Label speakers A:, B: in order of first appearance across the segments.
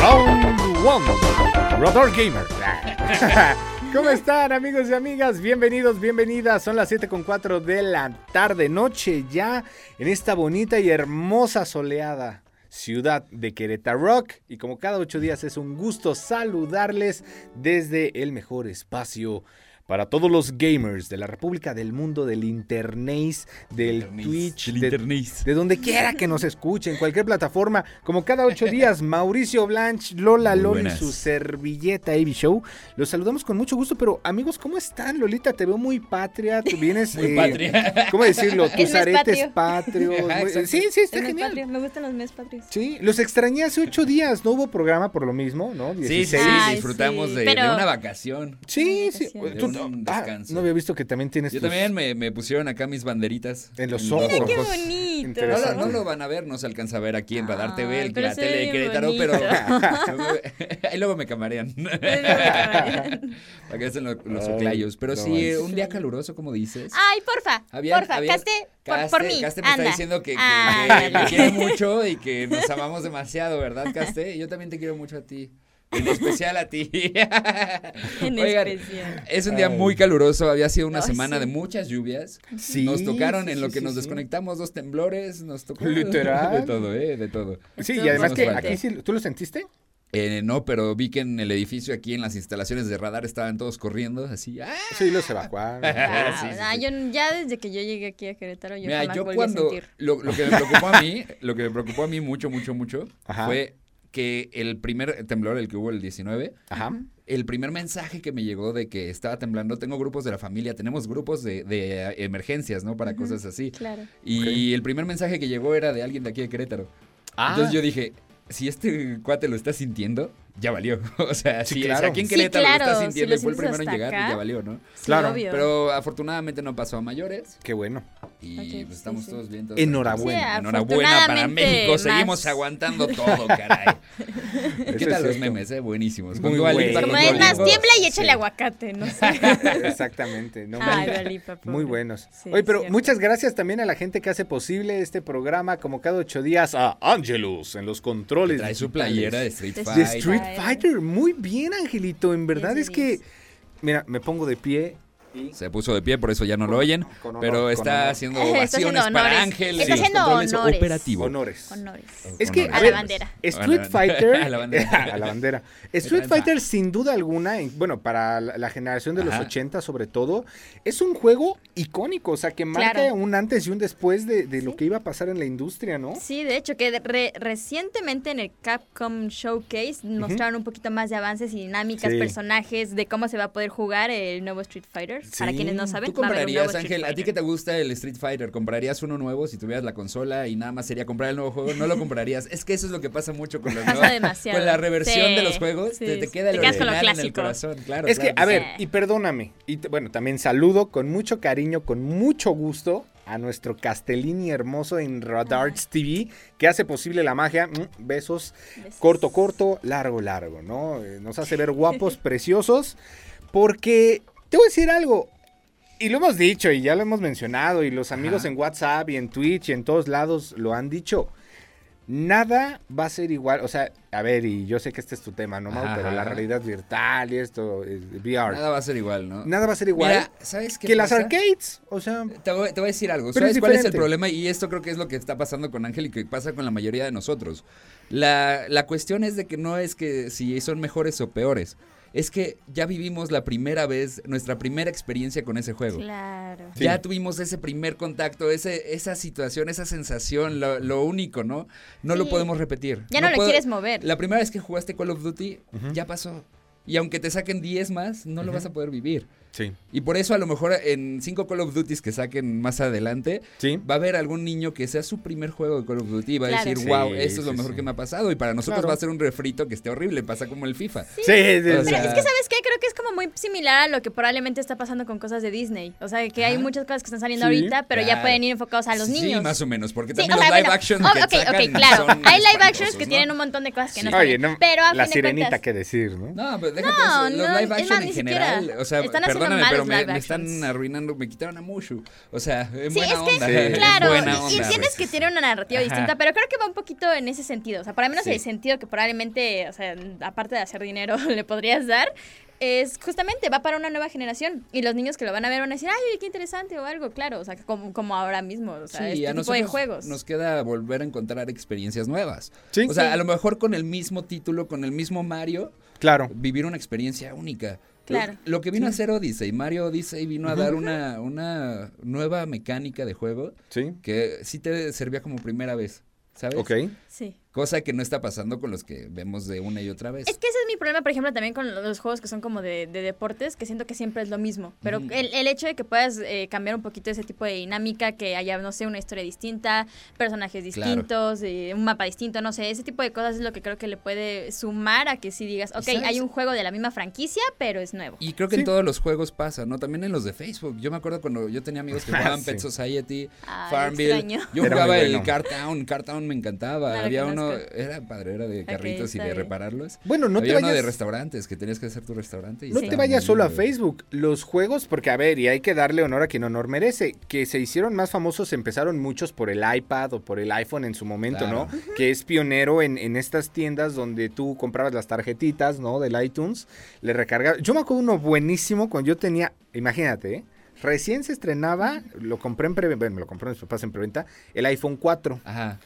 A: Round one. Rodor Gamer. ¿Cómo están amigos y amigas? Bienvenidos, bienvenidas. Son las 7 con 4 de la tarde, noche ya, en esta bonita y hermosa soleada ciudad de Querétaro Rock. Y como cada ocho días es un gusto saludarles desde el mejor espacio para todos los gamers de la República, del mundo, del internet, del Twitch,
B: El
A: de-
B: internet.
A: de donde quiera que nos escuchen, cualquier plataforma, como cada ocho días, Mauricio Blanch, Lola
B: Muy
A: Loli,
B: buenas.
A: su servilleta Evi Show. Los saludamos con mucho gusto, pero amigos, ¿cómo están? Lolita, te veo muy patria, tú vienes. eh,
B: patria.
A: ¿Cómo decirlo?
C: Él no
A: Tus
C: es
A: aretes
C: patrio.
A: patrios.
B: Ajá,
A: muy- eh,
B: exacto.
A: sí, sí, está
C: El mes
A: genial.
C: patrio, Me gustan los mes patrios.
A: Sí, los extrañé hace ocho días, no hubo programa por lo mismo, ¿no?
B: Sí, sí,
A: 16.
B: sí,
C: Ay,
B: disfrutamos
C: sí,
B: de, de
C: pero-
B: una vacación.
A: Sí, sí.
C: De
A: Tú-
B: un
A: ah,
B: descanso.
A: no había visto que también tienes.
B: Yo
A: tus-
B: también me, me pusieron acá mis banderitas.
A: Pues, En los
B: dos
A: ojos. Mira qué
B: ojos.
C: bonito.
B: No, lo-
A: Interesante.
B: no lo van a ver, no se alcanza a ver aquí en Badar TV,
C: Ay,
B: el-
C: pero
B: la
C: se ve
B: tele de
C: bien
B: Querétaro,
C: bonito.
B: pero ahí luego me camarean. Para que hacen lo- los
A: Ay,
B: oclayos. Pero
A: no
B: sí,
A: manches.
B: un día caluroso, como dices.
C: Ay, porfa,
B: Habían-
C: porfa,
B: habían-
C: Caste, Ah, por, por
B: Caste-
C: mí,
B: Caste me
C: anda. Ah,
B: está diciendo que, que-
C: Ándale.
B: que me quiere mucho y que nos amamos demasiado, ¿verdad, Caste? Yo también te quiero mucho a ti. En especial a ti.
C: En
B: Oigan,
C: especial.
B: es un día
A: Ay.
B: muy caluroso. Había sido una
C: Ay,
B: semana
C: sí.
B: de muchas lluvias.
A: Sí,
B: nos tocaron
A: sí,
B: en lo
A: sí,
B: que
A: sí,
B: nos
A: sí.
B: desconectamos dos temblores. Nos tocó.
A: Literal.
B: De todo, ¿eh? De todo.
A: Sí, y
C: Estuvo
A: además que
B: bastante.
A: aquí sí, ¿tú lo sentiste?
B: Eh, no, pero vi que en el edificio aquí, en las instalaciones de radar, estaban todos corriendo así. ¡Ah!
A: Sí, los evacuaron.
C: Wow,
B: Sí, sí,
C: nah,
B: sí.
C: Ah, yo n- ya desde que yo llegué aquí a Querétaro, yo
B: Mira,
C: jamás
B: yo
C: volví
B: cuando
C: a sentir.
B: lo, lo que me preocupó a mí, lo que me preocupó a mí mucho, mucho, mucho,
A: Ajá.
B: fue que el primer temblor, el que hubo el 19,
A: Ajá.
B: el primer mensaje que me llegó de que estaba temblando, tengo grupos de la familia, tenemos grupos de, de, eh, emergencias, ¿no? Para cosas así.
C: Claro.
B: Y
A: Ok. Ah.
B: el primer mensaje que llegó era de alguien de aquí de Querétaro. Entonces yo dije, si este cuate lo está sintiendo, ya valió. O sea,
A: Sí,
B: si, si
A: claro.
B: aquí en
C: Sí,
B: Querétaro lo
C: claro,
B: está
C: si
B: sintiendo y
C: lo
B: fue el
C: sientes
B: primero en
C: hasta
B: llegar,
C: acá.
B: ya valió, ¿no?
C: Sí,
A: Claro,
C: obvio.
B: Pero afortunadamente no pasó a mayores.
A: Qué bueno.
B: Y
C: Ok,
B: pues,
C: sí,
B: estamos
C: sí.
B: todos bien. todos
A: Enhorabuena.
B: tranquilos.
C: Sí,
B: Enhorabuena para
C: afortunadamente,
B: México. Seguimos
C: Max.
B: aguantando todo, caray. ¿Qué
A: Eso es
B: tal los
A: cierto.
B: memes, eh? Buenísimos.
A: Muy
B: Dua
A: bueno.
B: Lipa,
C: Como
B: con Dua
C: es más,
B: Lipa.
C: tiembla y échale
B: Sí.
C: aguacate, no sé.
A: Exactamente. No,
C: Ay,
A: manches.
C: Dua Lipa, pobre.
A: Muy buenos.
C: Sí,
A: Oye, pero
C: cierto.
A: muchas gracias también a la gente que hace posible este programa, como cada ocho días, a Angelus en los
B: Que
A: controles.
B: Trae su
A: digitales.
B: playera de Street
C: De
A: De
B: Fighter.
A: Street Fighter. Muy bien, Angelito. En verdad
C: de
A: es que,
C: diez.
A: mira, me pongo de pie. y-
B: Se puso de pie, por eso ya no lo oyen.
A: con honor,
B: pero
A: con honor.
B: está haciendo
C: Está haciendo
B: ovaciones
C: honores.
B: para Ángel.
C: Está
B: en los
C: haciendo
B: controles
C: honores.
B: operativos.
A: Honores.
C: Honores.
A: Es que
B: Honores.
A: a
C: A la
A: ver,
C: bandera.
A: Street
B: A la
A: Fighter,
B: bandera.
A: a
B: A la bandera.
A: la bandera. Street
B: Ahí va.
A: Fighter sin duda alguna, en- bueno, para la, la generación de los
B: Ajá.
A: 80 sobre todo, es un juego icónico, o sea, que marca
C: Claro.
A: un antes y un después de, de lo que iba a pasar en la industria, ¿no?
C: Sí, de hecho, que de- re- recientemente en el Capcom Showcase mostraron un poquito más de avances y dinámicas,
A: Sí.
C: personajes, de cómo se va a poder jugar el nuevo Street Fighter. Para
A: Sí.
C: quienes no saben,
B: ¿Tú
C: va a haber un nuevo
B: comprarías,
C: Street
B: Ángel, a ti que
C: Fighter.
B: te gusta el Street Fighter, comprarías uno nuevo si tuvieras la consola y nada más sería comprar el nuevo juego? No lo comprarías. Es que eso es lo que pasa mucho con los
C: Pasa
B: nuevos-
C: demasiado.
B: Con la reversión
C: Sí,
B: de los juegos,
C: sí,
B: te, te
C: sí.
B: queda el
C: Te quedas con lo
B: original en el
C: clásico.
B: corazón. Claro,
A: es que,
B: claro
A: a
B: sí.
A: ver,
C: sí.
A: y perdóname, y te- bueno, también saludo con mucho cariño, con mucho gusto a nuestro Castellini hermoso en Radarts TV, que hace posible la magia. Mm, Besos.
C: Besos.
A: corto, corto, largo, largo, ¿no? Eh, Nos hace ver guapos, preciosos, porque te voy a decir algo, y lo hemos dicho y ya lo hemos mencionado, y los amigos
B: Ajá.
A: en WhatsApp y en Twitch y en todos lados lo han dicho. Nada va a ser igual, o sea, a ver, y yo sé que este es tu tema, ¿no, Mau? Pero la
B: Ajá.
A: realidad virtual y esto, eh, VR,
B: Nada
A: nada,
B: va a ser igual, ¿no?
A: va a ser igual
B: Mira, ¿sabes qué
A: que las
B: pasa?
A: arcades, o sea,
B: Te voy, te voy a decir algo.
A: Pero es
B: ¿Sabes cuál es el
A: diferente.
B: problema? Y esto creo que es lo que está pasando con Ángel y que pasa con la mayoría de nosotros. La, la cuestión es de que no es que si son mejores o peores. Es que ya vivimos la primera vez, nuestra primera experiencia con ese juego.
C: Claro.
A: Sí.
B: Ya tuvimos ese primer contacto, ese, esa situación, esa sensación, lo, lo único, ¿no? No lo
C: Sí.
B: podemos repetir.
C: Ya no, lo
B: puedo-
C: quieres mover.
B: La primera vez que jugaste Call of Duty, ya pasó. Y aunque te saquen 10 más, no lo vas a poder vivir.
A: Sí.
B: Y por eso a lo mejor en cinco Call of Duties que saquen más adelante,
A: Sí.
B: va a haber algún niño que sea su primer juego de Call of Duty y va a
C: Claro.
B: decir,
A: Sí,
B: wow, esto es lo
A: sí,
B: mejor
A: sí.
B: que me ha pasado. Y para nosotros
A: Claro.
B: va a ser un refrito que esté horrible, pasa como el FIFA.
A: Sí, sí,
B: O
A: sí.
C: Pero
B: sea-
C: es que, ¿sabes qué? Creo que es como muy similar a lo que probablemente está pasando con cosas de Disney. O sea, que hay
B: Ajá.
C: muchas cosas que están saliendo
A: Sí,
C: ahorita, pero
B: claro.
C: ya pueden ir enfocados a los
B: sí,
C: niños.
B: más o menos, porque
C: Sí,
B: también
C: o sea,
B: los live
C: bueno,
B: action
C: ob-
B: que
C: ok,
B: sacan
C: ok, claro.
B: son
C: Hay live actions que
B: espantosos, ¿no?
C: tienen un montón de cosas que
B: Sí.
C: no están
A: Oye,
C: bien,
A: no,
C: pero a
A: la
C: fin de
A: sirenita
C: cuentas-
A: que decir, ¿no?
B: No, pero déjate
C: No,
B: eso, los
C: no,
B: live
C: es
B: action
C: más,
B: en
C: ni
B: general,
C: siquiera.
B: o sea,
C: Están haciendo
B: perdóname,
C: malos
B: pero me,
C: live
B: me están
C: actions.
B: arruinando, me quitaron a Mushu. O sea, es
C: Sí,
B: buena
C: es que,
B: onda.
A: Sí.
B: es
C: claro,
B: buena
C: y-
B: onda, pues.
C: y entiendes
B: güey.
C: que tiene una narrativa
B: Ajá.
C: distinta, pero creo que va un poquito en ese sentido. O sea, para menos
B: Sí.
C: el sentido que probablemente, o sea, aparte de hacer dinero, le podrías dar, es justamente va para una nueva generación. Y los niños que lo van a ver van a decir, ay, qué interesante o algo, claro. O sea, como, como ahora mismo, o sea,
B: Sí,
C: este
B: a
C: tipo de
B: nosotros
C: juegos.
B: nos queda volver a encontrar experiencias nuevas.
A: Sí.
B: O sea,
A: Sí.
B: a lo mejor con el mismo título, con el mismo Mario,
A: Claro.
B: vivir una experiencia única. Lo-
C: Claro.
B: Lo, que vino a hacer Odyssey, Mario Odyssey vino a dar una, una nueva mecánica de juego
A: Sí.
B: que sí te servía como primera vez, ¿sabes?
A: Ok.
C: Sí.
B: Cosa que no está pasando con los que vemos de una y otra vez.
C: Es que ese es mi problema, por ejemplo, también con los juegos que son como de, de deportes, que siento que siempre es lo mismo. Pero
B: Ujú.
C: el, el hecho de que puedas eh, cambiar un poquito ese tipo de dinámica, que haya, no sé, una historia distinta, personajes
B: Claro.
C: distintos, eh, un mapa distinto, no sé, ese tipo de cosas es lo que creo que le puede sumar a que sí digas, ok,
B: ¿Sabes?
C: hay un juego de la misma franquicia, pero es nuevo.
B: Y creo que
A: Sí.
B: en todos los juegos pasa, ¿no? También en los de Facebook. Yo me acuerdo cuando yo tenía amigos que
A: Ah,
B: jugaban
A: sí.
B: Pet Society,
C: Ay,
B: Farmville.
C: extraño.
B: Yo
A: Era muy
B: jugaba el
A: bueno.
B: Cartown, Cartown me encantaba.
C: No lo
B: Había uno,
C: conozco.
B: era padre, era de carritos y
C: está
B: de
C: bien.
B: repararlos.
A: Bueno, no
B: Había
A: te
B: uno de
A: vayas.
B: restaurantes, que tenías que hacer tu restaurante. y
A: No te
B: estaba
A: vayas
B: muy
A: solo a
B: lindo.
A: Facebook. Los juegos, porque a ver, y hay que darle honor a quien honor merece, que se hicieron más famosos, empezaron muchos por el iPad o por el iPhone en su momento,
B: Claro.
A: ¿no? Que es pionero en, en estas tiendas donde tú comprabas las tarjetitas, ¿no? Del iTunes, le recargabas. Yo me acuerdo uno buenísimo cuando yo tenía, imagínate, ¿eh? recién se estrenaba, lo compré en preventa, bueno, me lo compraron mis papás en preventa, el iPhone 4.
B: Ajá.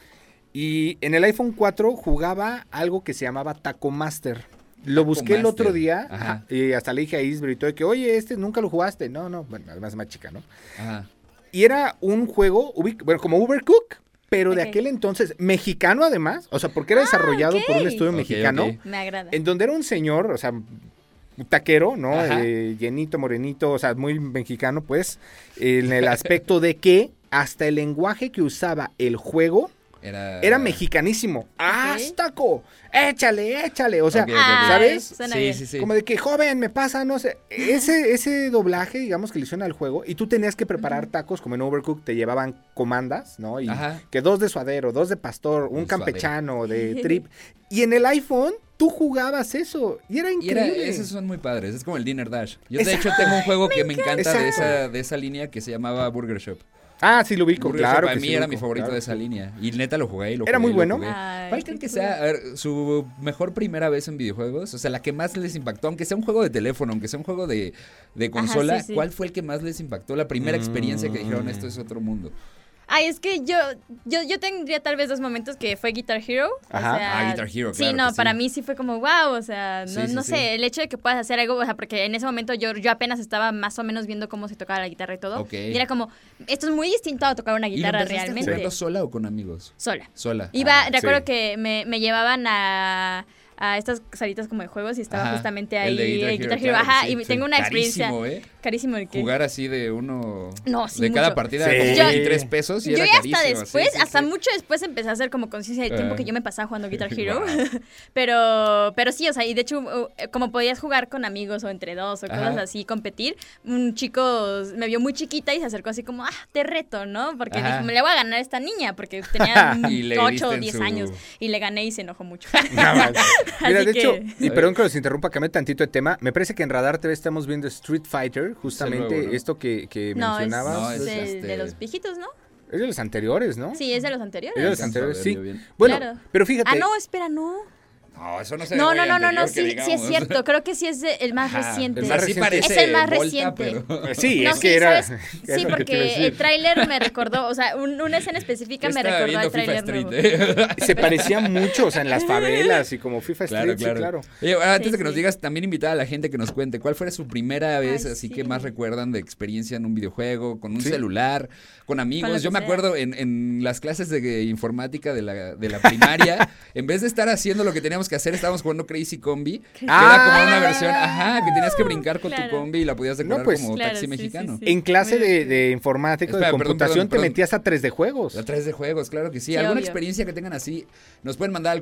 A: Y en el iPhone 4 jugaba algo que se llamaba Taco Master. Lo
B: Taco
A: busqué el otro
B: Master,
A: día
B: ajá.
A: y hasta le dije a Isbri y todo de que, oye, este nunca lo jugaste. No, no, bueno, además es más chica, ¿no?
B: Ajá.
A: Y era un juego, ubic- bueno, como Ubercook, pero de
C: Ok. Ah,
A: aquel entonces, mexicano además, o sea, porque era desarrollado por un
C: ok.
A: estudio
B: Ok,
A: mexicano,
B: ok.
C: Me agrada.
A: en donde era un señor, o sea, un taquero, ¿no?
B: Ajá.
A: Eh, llenito, morenito, o sea, muy mexicano, pues, en el aspecto de que hasta el lenguaje que usaba el juego
B: Era,
A: era mexicanísimo. ¡Ah,
C: Ok.
A: es taco! ¡Échale, échale! O sea,
B: Ok, ok, ok.
C: Ay,
A: ¿sabes?
C: suena
B: Sí,
C: bien.
B: sí, sí.
A: Como de que, joven, me pasa, no sé. Ese, ese doblaje, digamos, que le hicieron al juego. Y tú tenías que preparar tacos, como en Overcook te llevaban comandas, ¿no? Y
B: Ajá.
A: que dos de suadero, dos de pastor, un
B: Un
A: campechano, de trip. Y en el iPhone, tú jugabas eso. Y era
B: Y era,
A: increíble.
B: esos son muy padres, es como el Dinner Dash. Yo de
A: Exacto.
B: hecho tengo un juego que me encanta de
A: Exacto.
B: esa, de esa línea que se llamaba Burger Shop.
A: Ah, sí, lo ubico,
B: Burger
A: claro.
B: Shop para
A: que
B: mí
A: sí lo
B: era
A: ubico,
B: mi favorito
A: claro.
B: de esa línea. Y neta lo jugué y lo
A: Era
B: jugué
A: muy
B: y lo
A: bueno.
B: jugué.
C: Ay,
B: ¿Cuál
C: qué
B: creen que
C: cool.
B: sea a ver, su mejor primera vez en videojuegos? O sea, la que más les impactó, aunque sea un juego de teléfono, aunque sea un juego de, de consola,
C: sí, sí.
B: ¿cuál fue el que más les impactó? La primera experiencia
A: Mm.
B: que dijeron, esto es otro mundo.
C: Ay, es que yo, yo, yo tendría tal vez dos momentos que fue Guitar Hero.
A: Ajá.
C: O sea,
B: Ah, Guitar Hero,
C: Sí,
B: claro
C: no,
B: que sí.
C: para mí sí fue como, wow, o sea, no,
B: Sí, sí,
C: no
B: sí.
C: sé, el hecho de que puedas hacer algo, o sea, porque en ese momento yo, yo apenas estaba más o menos viendo cómo se tocaba la guitarra y todo.
B: Ok.
C: Y era como, esto es muy distinto a tocar una
B: ¿Y lo
C: guitarra
B: empezaste
C: realmente.
B: jugando sola o con amigos?
C: Sola.
B: Sola.
C: Iba,
B: Ah,
C: recuerdo
A: sí.
C: que me, me llevaban a, a estas salitas como de juegos y estaba
B: ajá.
C: justamente
B: Ah, El
C: ahí
B: de
C: en Guitar Hero.
B: claro,
C: Ajá,
B: sí,
C: y
B: sí.
C: tengo una experiencia.
B: Carísimo, ¿eh?
C: Carísimo el que.
B: Jugar así de uno.
C: No, sí,
B: De cada
C: mucho.
B: partida,
A: Sí.
B: como
C: Yo-
B: 23 pesos. Y
C: yo
B: era
C: ya hasta
B: carísimo, sí,
C: después,
B: sí,
C: hasta
B: sí.
C: mucho después empecé a hacer como conciencia del tiempo
B: Ah.
C: que yo me pasaba jugando Guitar Hero.
B: Wow.
C: pero, pero sí, o sea, y de hecho, uh, eh, como podías jugar con amigos o entre dos o cosas
B: Ajá.
C: así, competir, un chico me vio muy chiquita y se acercó así como, ah, te reto, ¿no? Porque
B: Ajá.
C: dijo, me le voy a ganar a esta niña, porque tenía
B: Y le
C: 8
B: diste
C: o
B: en
C: 10
B: su-
C: años. Y le gané y se enojó mucho.
A: Nada más. Mira,
C: Así
A: de
C: que-
A: hecho, y perdón que los interrumpa, cambié tantito de tema. Me parece que en Radar TV estamos viendo Street Fighter, justamente
B: nuevo, ¿no?
A: esto que, que
C: no, es,
A: mencionabas.
B: No,
C: es
B: es
C: el
B: este- Ah.
C: de los viejitos, ¿no?
A: Es de los anteriores, ¿no?
C: Sí, es de los
A: Es de
C: anteriores.
A: los anteriores, sí.
B: Alcanzo a ver yo bien.
A: Bueno,
C: Claro.
A: pero fíjate.
C: Ah, no, espera, no.
B: No, eso no se ve
C: No,
B: muy
C: no, no, no, no,
B: anterior que
C: sí, sí es
B: digamos.
C: cierto. Creo que sí es de- el más
B: Ajá.
C: reciente.
A: El más
B: Sí
A: reciente.
B: parece
C: Es el más
B: Volta,
C: reciente.
B: pero-
A: Sí,
C: No,
A: es
C: sí,
A: que era.
C: ¿sabes?
A: es
C: Sí,
A: lo que te iba a
C: porque
A: decir.
C: el tráiler me recordó, o sea, un- una escena específica me
B: Estaba
C: recordó
B: viendo
C: al
B: FIFA
C: tráiler
B: Street,
C: nuevo.
B: ¿eh?
A: Se parecía mucho, o sea, en las favelas y como FIFA Street,
B: Claro,
A: sí,
B: claro.
A: claro.
B: Oye, ahora, antes
C: Sí,
B: de que nos
C: sí.
B: digas, también invitar a la gente que nos cuente cuál fue su primera vez, así que
C: sí.
B: más recuerdan de experiencia en un videojuego, con un
A: Sí.
B: celular, con amigos.
C: Con lo
B: Yo
C: que
B: me
C: sea.
B: acuerdo en, en las clases de informática de la, de la primaria, en vez de estar haciendo lo que teníamos teníamos que hacer, estábamos jugando Crazy Combi, que
A: Ah.
B: era como una versión, ajá, que tenías que brincar con
C: Ah, Claro.
B: tu combi y la podías decorar
A: pues.
B: como
C: Claro,
B: taxi
C: sí, sí,
B: mexicano.
C: sí.
A: En clase de, de informática,
B: Espera,
A: de
B: perdón,
A: computación,
B: perdón, perdón.
A: te metías a tres de juegos.
B: A través de juegos, claro que sí.
C: Sí,
B: ¿Alguna
C: obvio.
B: experiencia que tengan así? Nos pueden mandar al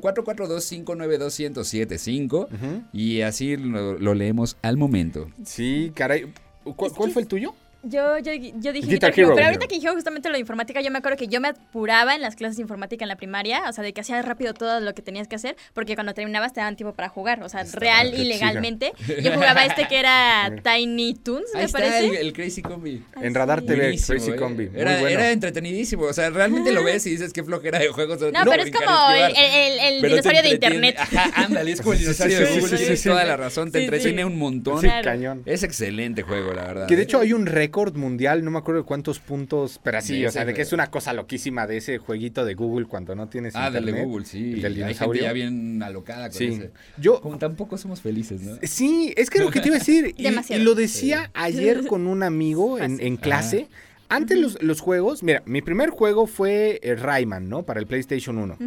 B: 442-592-1075 y así lo, lo leemos al momento.
A: Sí, caray. ¿Cu- ¿Cuál,
C: que-
A: fue el tuyo?
C: Yo, yo, yo dije
A: Guitar
C: Guitar Hero,
A: Hero.
C: pero ahorita que dijeron justamente lo de informática, yo me acuerdo que yo me apuraba en las clases de informática en la primaria, o sea, de que hacías rápido todo lo que tenías que hacer, porque cuando terminabas te daban tiempo para jugar, o sea, real
A: qué
C: y legalmente. Yo jugaba este que era Tiny Toons, me
B: Ahí está
C: parece.
B: el, el Crazy Combi.
C: Ay,
A: en Radar
C: sí.
A: TV,
B: Buenísimo,
A: Crazy
B: eh.
A: Combi. Muy
B: Era,
A: bueno.
B: era entretenidísimo. O sea, realmente lo ves y dices qué flojera de juegos. solo
C: No,
B: tienes
C: pero
B: que
C: es
B: brincar y
C: como el,
B: esquivar.
C: el-
B: Pero
C: el
B: te
C: dinosaurio de
B: entretiene. Ah.
C: internet.
B: Ajá, ándale, es como el
A: Sí, sí,
B: dinosaurio de
A: sí,
B: Google.
A: sí, sí,
B: Tienes
A: sí.
B: toda la razón. Te
C: Sí, sí.
B: entretiene un montón.
A: Sí,
C: Claro.
A: cañón.
B: Es excelente juego, la verdad. eh.
A: Que de hecho hay un récord mundial, no me acuerdo de cuántos puntos, pero así,
B: De
A: o sea,
B: ese-
A: de que es una cosa loquísima de ese jueguito de Google cuando no tienes
B: Ah, del de
A: internet,
B: Google, sí.
A: el del
B: Hay gente
A: dinosaurio.
B: ya bien alocada con
A: Sí.
B: ese.
A: Yo,
B: Como tampoco somos felices, ¿no?
A: Sí, es que lo que te iba a decir, y,
C: Demasiado.
A: y lo decía ayer con un amigo en, en clase.
B: Ah.
A: Antes los, los juegos, mira, mi primer juego fue eh, Rayman, ¿no? Para el PlayStation 1.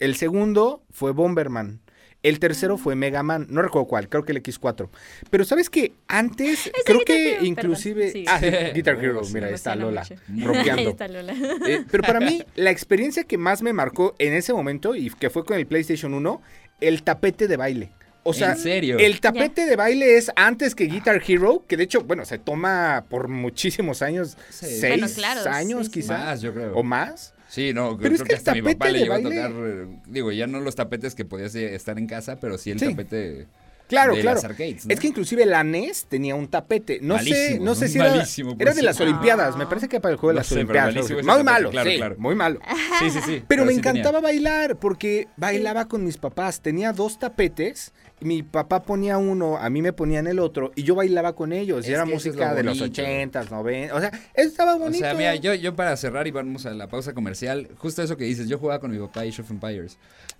A: El segundo fue Bomberman. El
C: Ah.
A: tercero fue Mega Man, no recuerdo cuál, creo que el X4. Pero sabes que antes, creo
C: Guitar
A: que
C: Hero,
A: inclusive...
C: perdón, sí.
A: Ah, sí, Guitar Hero,
B: Sí,
A: mira,
C: Me
A: ahí está Lola,
C: emociona mucho. Ahí
A: rockeando.
C: está Lola.
A: Eh, pero para mí, la experiencia que más me marcó en ese momento, y que fue con el PlayStation 1, el tapete de baile. O sea,
B: ¿En serio?
A: el tapete de baile es antes que Guitar Hero, que de hecho, bueno, se toma por muchísimos años,
B: Sí.
A: seis
B: Bueno,
C: claro,
A: años
C: sí, sí.
A: quizás,
B: Más, yo creo.
A: o más.
B: Sí, no,
A: Pero
B: creo
A: es
B: que,
A: que el
B: hasta mi papá
A: tapete
B: le
A: de
B: llegó a
A: baile-
B: tocar, eh, digo, ya no los tapetes que podías eh, estar en casa, pero sí el
A: Sí.
B: tapete
A: Claro,
B: de
A: claro.
B: las arcades. ¿no?
A: Es que inclusive la NES tenía un tapete. No sé,
B: Malísimo,
A: no sé
B: ¿no?
A: si era.
B: Malísimo, por
A: era de las
B: cierto.
A: Olimpiadas.
C: Ah.
A: Me parece que para el juego de
B: No
A: las
B: sé, pero
A: Olimpiadas.
B: malísimo ese
A: Muy
B: tapete,
A: malo,
B: claro,
A: sí,
B: claro.
A: muy malo.
B: Sí, sí, sí.
A: Pero me
B: sí tenía.
A: encantaba bailar porque bailaba con mis papás. Tenía dos tapetes. Mi papá ponía uno, a mí me ponían el otro y yo bailaba con ellos. Y
B: Es
A: era
B: que eso es lo
A: música de los
B: bonito.
A: 80s, 90 O sea, eso estaba
B: O
A: bonito. ¿eh?
B: sea, mira, yo, yo para cerrar y vamos a la pausa comercial, justo eso que dices, yo jugaba con mi papá Age of Empires.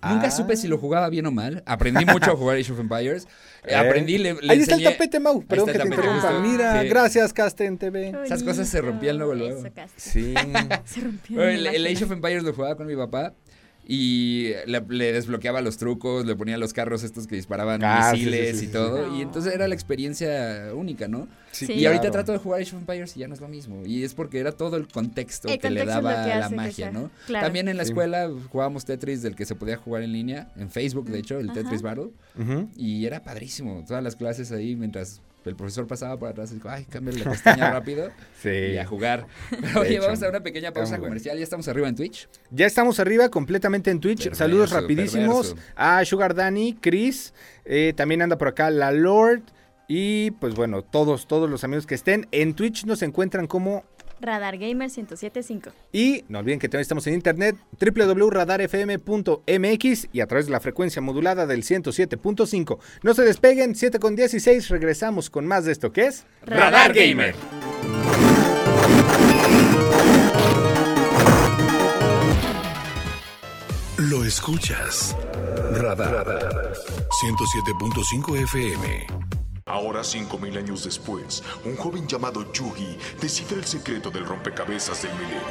B: Nunca
A: Ah.
B: supe si lo jugaba bien o mal. Aprendí mucho a jugar Age of Empires. Eh,
A: ¿Eh?
B: Aprendí, le, le
A: Ahí está el
B: enseñé-
A: tapete, Mau.
B: Ahí
A: Perdón que
B: está
A: te
B: el tapete,
A: interrumpa.
B: justo.
A: Mira,
B: Sí.
A: gracias, Casten TV.
B: Esas cosas se rompían luego, luego.
C: Eso, Castro.
A: Sí.
C: Se rompieron.
B: El,
C: me
B: el Age
C: imagino.
B: of Empires lo jugaba con mi papá y le, le desbloqueaba los trucos, le ponía los carros estos que disparaban
A: Ah, sí, sí,
B: misiles
A: sí,
B: y
A: sí.
B: todo.
C: No.
B: Y entonces era la experiencia única, ¿no?
C: Sí.
B: y
C: claro.
B: ahorita trato de jugar Age of Empires y ya no es lo mismo. Y es porque era todo el contexto
C: El
B: que le
C: contexto es lo
B: daba
C: que
B: a la
C: hace que
B: magia,
C: sea.
B: ¿no?
C: Claro.
B: También en la
A: Sí.
B: escuela jugábamos Tetris del que se podía jugar en línea, en Facebook, de hecho, el
C: Mm. Ajá.
B: Tetris Battle.
A: Ujú.
B: Y era padrísimo. Todas las clases ahí mientras. El profesor pasaba por atrás y dijo, ay, cámbiale la pestaña rápido
A: Sí.
B: y a jugar. Pero oye,
A: hecho.
B: vamos a una pequeña pausa
A: Está muy bueno.
B: comercial. Ya estamos arriba en Twitch.
A: Ya estamos arriba completamente en Twitch.
B: Perverso,
A: Saludos rapidísimos
B: perverso.
A: a Sugar Dani, Chris, eh, también anda por acá la Lord y pues bueno, todos, todos los amigos que estén en Twitch nos encuentran como
C: Radar Gamer 1075.
A: y no olviden que también estamos en internet www.radarfm.mx y a través de la frecuencia modulada del 107.5. No se despeguen, 7 con 16, regresamos con más de esto que es
C: Radar Gamer.
D: Lo escuchas. Radar. 107.5 FM.
E: Ahora, 5.000 años después, un joven llamado Yugi descifra el secreto del rompecabezas del milenio.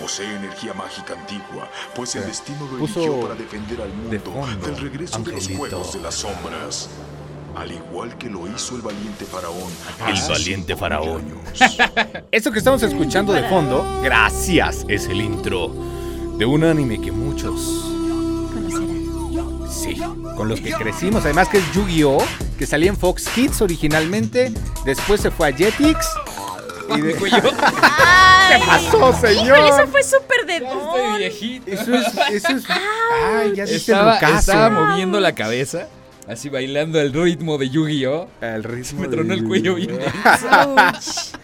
E: Posee energía mágica antigua, pues el destino lo
A: Puso
E: eligió para defender al mundo
A: de fondo,
E: del regreso
A: Angelito.
E: de los juegos de las sombras. Al igual que lo hizo el valiente faraón.
A: Ah,
F: El
E: hace
F: valiente
E: 5.000
F: faraón.
E: años.
A: Esto que estamos escuchando de fondo, gracias, es el intro de un anime que muchos Sí, con los que crecimos. Además que es Yu-Gi-Oh, que salía en Fox Kids originalmente, después se fue a Jetix. Y de-
C: ¡Ay!
A: ¿Qué pasó,
C: Híjole, eso
A: señor?
C: fue súper de
B: Este
C: don.
B: viejito.
A: Eso es, eso es. Ay, ya diste
B: Estaba,
A: el rucazo.
B: estaba moviendo la cabeza, así bailando al ritmo de Yu-Gi-Oh!
A: El ritmo
B: Me tronó
A: de-
B: el cuello bien.
C: Ouch.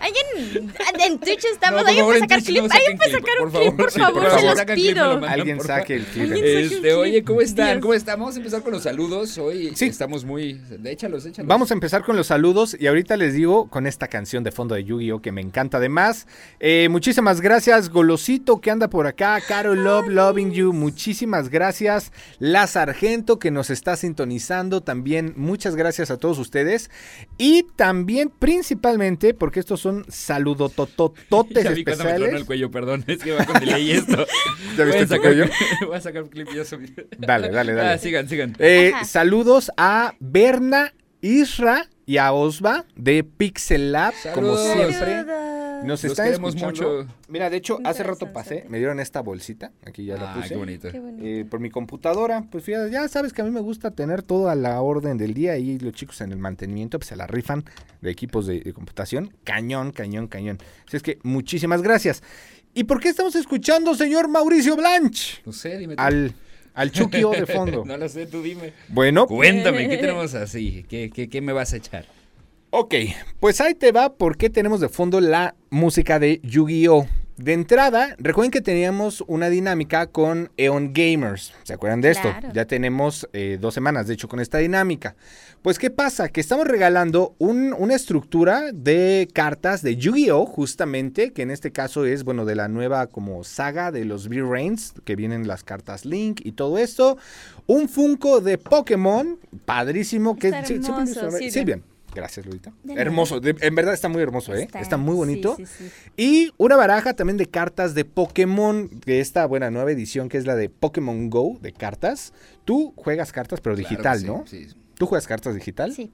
C: Alguien en Twitch estamos,
B: No, por favor,
C: alguien puede
B: en
C: sacar
B: Twitch
C: clip,
B: no
C: alguien
B: saquen
C: puede
B: clip,
C: sacar
B: por
C: un clip,
B: favor,
C: por
B: sí, por
C: favor,
B: favor,
C: se los
B: sacan clip, me lo
C: pido.
B: mandan.
A: Alguien
B: por
A: saque el clip.
C: Alguien- saque un
B: Este, oye,
C: clip.
B: ¿cómo están?
C: Dios.
B: ¿Cómo estamos? Vamos a empezar con los saludos. Hoy
A: Sí.
B: estamos muy. Échalos, échalos.
A: Vamos a empezar con los saludos y ahorita les digo con esta canción de fondo de Yu-Gi-Oh que me encanta además. Eh, muchísimas gracias, Golosito que anda por acá, Caro Love Loving You, muchísimas gracias, La Sargento que nos está sintonizando también, muchas gracias a todos ustedes y también principalmente porque estos son un saludototototes
B: Ya vi cuando me tronó
A: especiales.
B: el cuello, perdón. Es que va con delay esto.
A: ¿Ya viste
B: Voy a
A: el
B: sacar-
A: cuello?
B: Voy a sacar un clip y ya subí.
A: Dale, dale, dale.
B: Ah, sigan, sigan.
A: Eh,
C: Ajá.
A: saludos a Berna, Isra y a Osva de Pixel Lab, como
B: Saludos.
A: siempre.
C: Saludos.
A: Nos
B: Los
A: están
B: queremos
A: escuchando.
B: mucho.
A: Mira, de hecho,
C: Un
A: hace
C: corazón,
A: rato pasé,
C: Santi.
A: me dieron esta bolsita, aquí ya la
B: Ah,
A: puse.
B: qué bonito.
C: Qué bonito.
A: eh, por mi computadora, pues fíjate, ya sabes que a mí me gusta tener todo a la orden del día y los chicos en el mantenimiento pues se la rifan de equipos de, de computación. Cañón, cañón, cañón. Así es que muchísimas gracias. ¿Y por qué estamos escuchando, señor Mauricio Blanch?
B: No sé, dime tú.
A: Al, al Chuquio de fondo.
B: no lo sé, tú dime.
A: Bueno,
B: Cuéntame, ¿qué tenemos así? ¿Qué, qué, qué me vas a echar?
A: Ok, pues ahí te va porque tenemos de fondo la música de Yu-Gi-Oh! De entrada, recuerden que teníamos una dinámica con Eon Gamers. ¿Se acuerdan de esto?
C: Claro.
A: Ya tenemos eh, dos semanas, de hecho, con esta dinámica. Pues, ¿qué pasa? Que estamos regalando un- una estructura de cartas de Yu-Gi-Oh! justamente, que en este caso es, bueno, de la nueva como saga de los V-Rains, que vienen las cartas Link y todo esto. Un Funko de Pokémon, padrísimo, que
C: Está
A: sí- siempre me
C: hermoso,
A: sorprende.
C: Silvia.
A: Silvia, Gracias, Ludita.
C: De nada.
A: hermoso, de- en verdad está muy hermoso, ¿eh? Está, muy bonito.
C: Sí, sí, sí.
A: Y una baraja también de cartas de Pokémon, de esta buena nueva edición que es la de Pokémon Go de cartas. Tú juegas cartas, pero digital,
B: Claro que sí,
A: ¿no?
B: Sí,
A: ¿Tú juegas cartas digital?
C: Sí.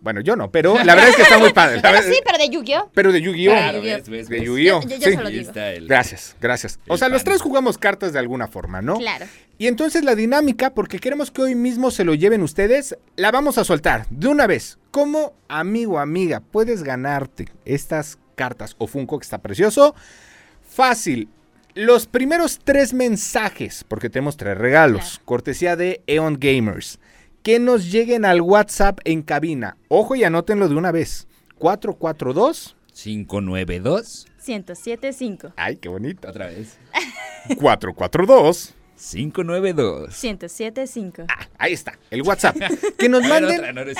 A: Bueno, yo no, pero la verdad es que está muy padre. la
C: Pero
B: eh,
A: verdad-
C: sí, pero de Yu-Gi-Oh!
A: pero de Yu-Gi-Oh!
B: Claro,
C: Yu-Gi-Oh.
B: ves, ves,
A: De
B: ves.
A: Yu-Gi-Oh!
C: Yo- yo- yo
A: Sí.
C: solo
B: Ahí
C: digo.
B: está el...
A: Gracias, gracias. O
B: El
A: sea, los
B: pan.
A: tres jugamos cartas de alguna forma, ¿no?
C: Claro.
A: Y entonces la dinámica, porque queremos que hoy mismo se lo lleven ustedes, la vamos a soltar de una vez. Como amigo, amiga, puedes ganarte estas cartas o Funko que está precioso. Fácil. Los primeros tres mensajes, porque tenemos tres regalos,
C: Claro.
A: cortesía de Eon Gamers, que nos lleguen al WhatsApp en cabina. Ojo y anótenlo de una vez. 442.
B: 592.
C: 107.5.
A: Ay, qué bonito.
B: Otra vez.
A: 442.
B: 592.
C: 107.5.
A: Ah, ahí está, el WhatsApp. Que nos
B: A ver,
A: manden
B: otra, no, no es-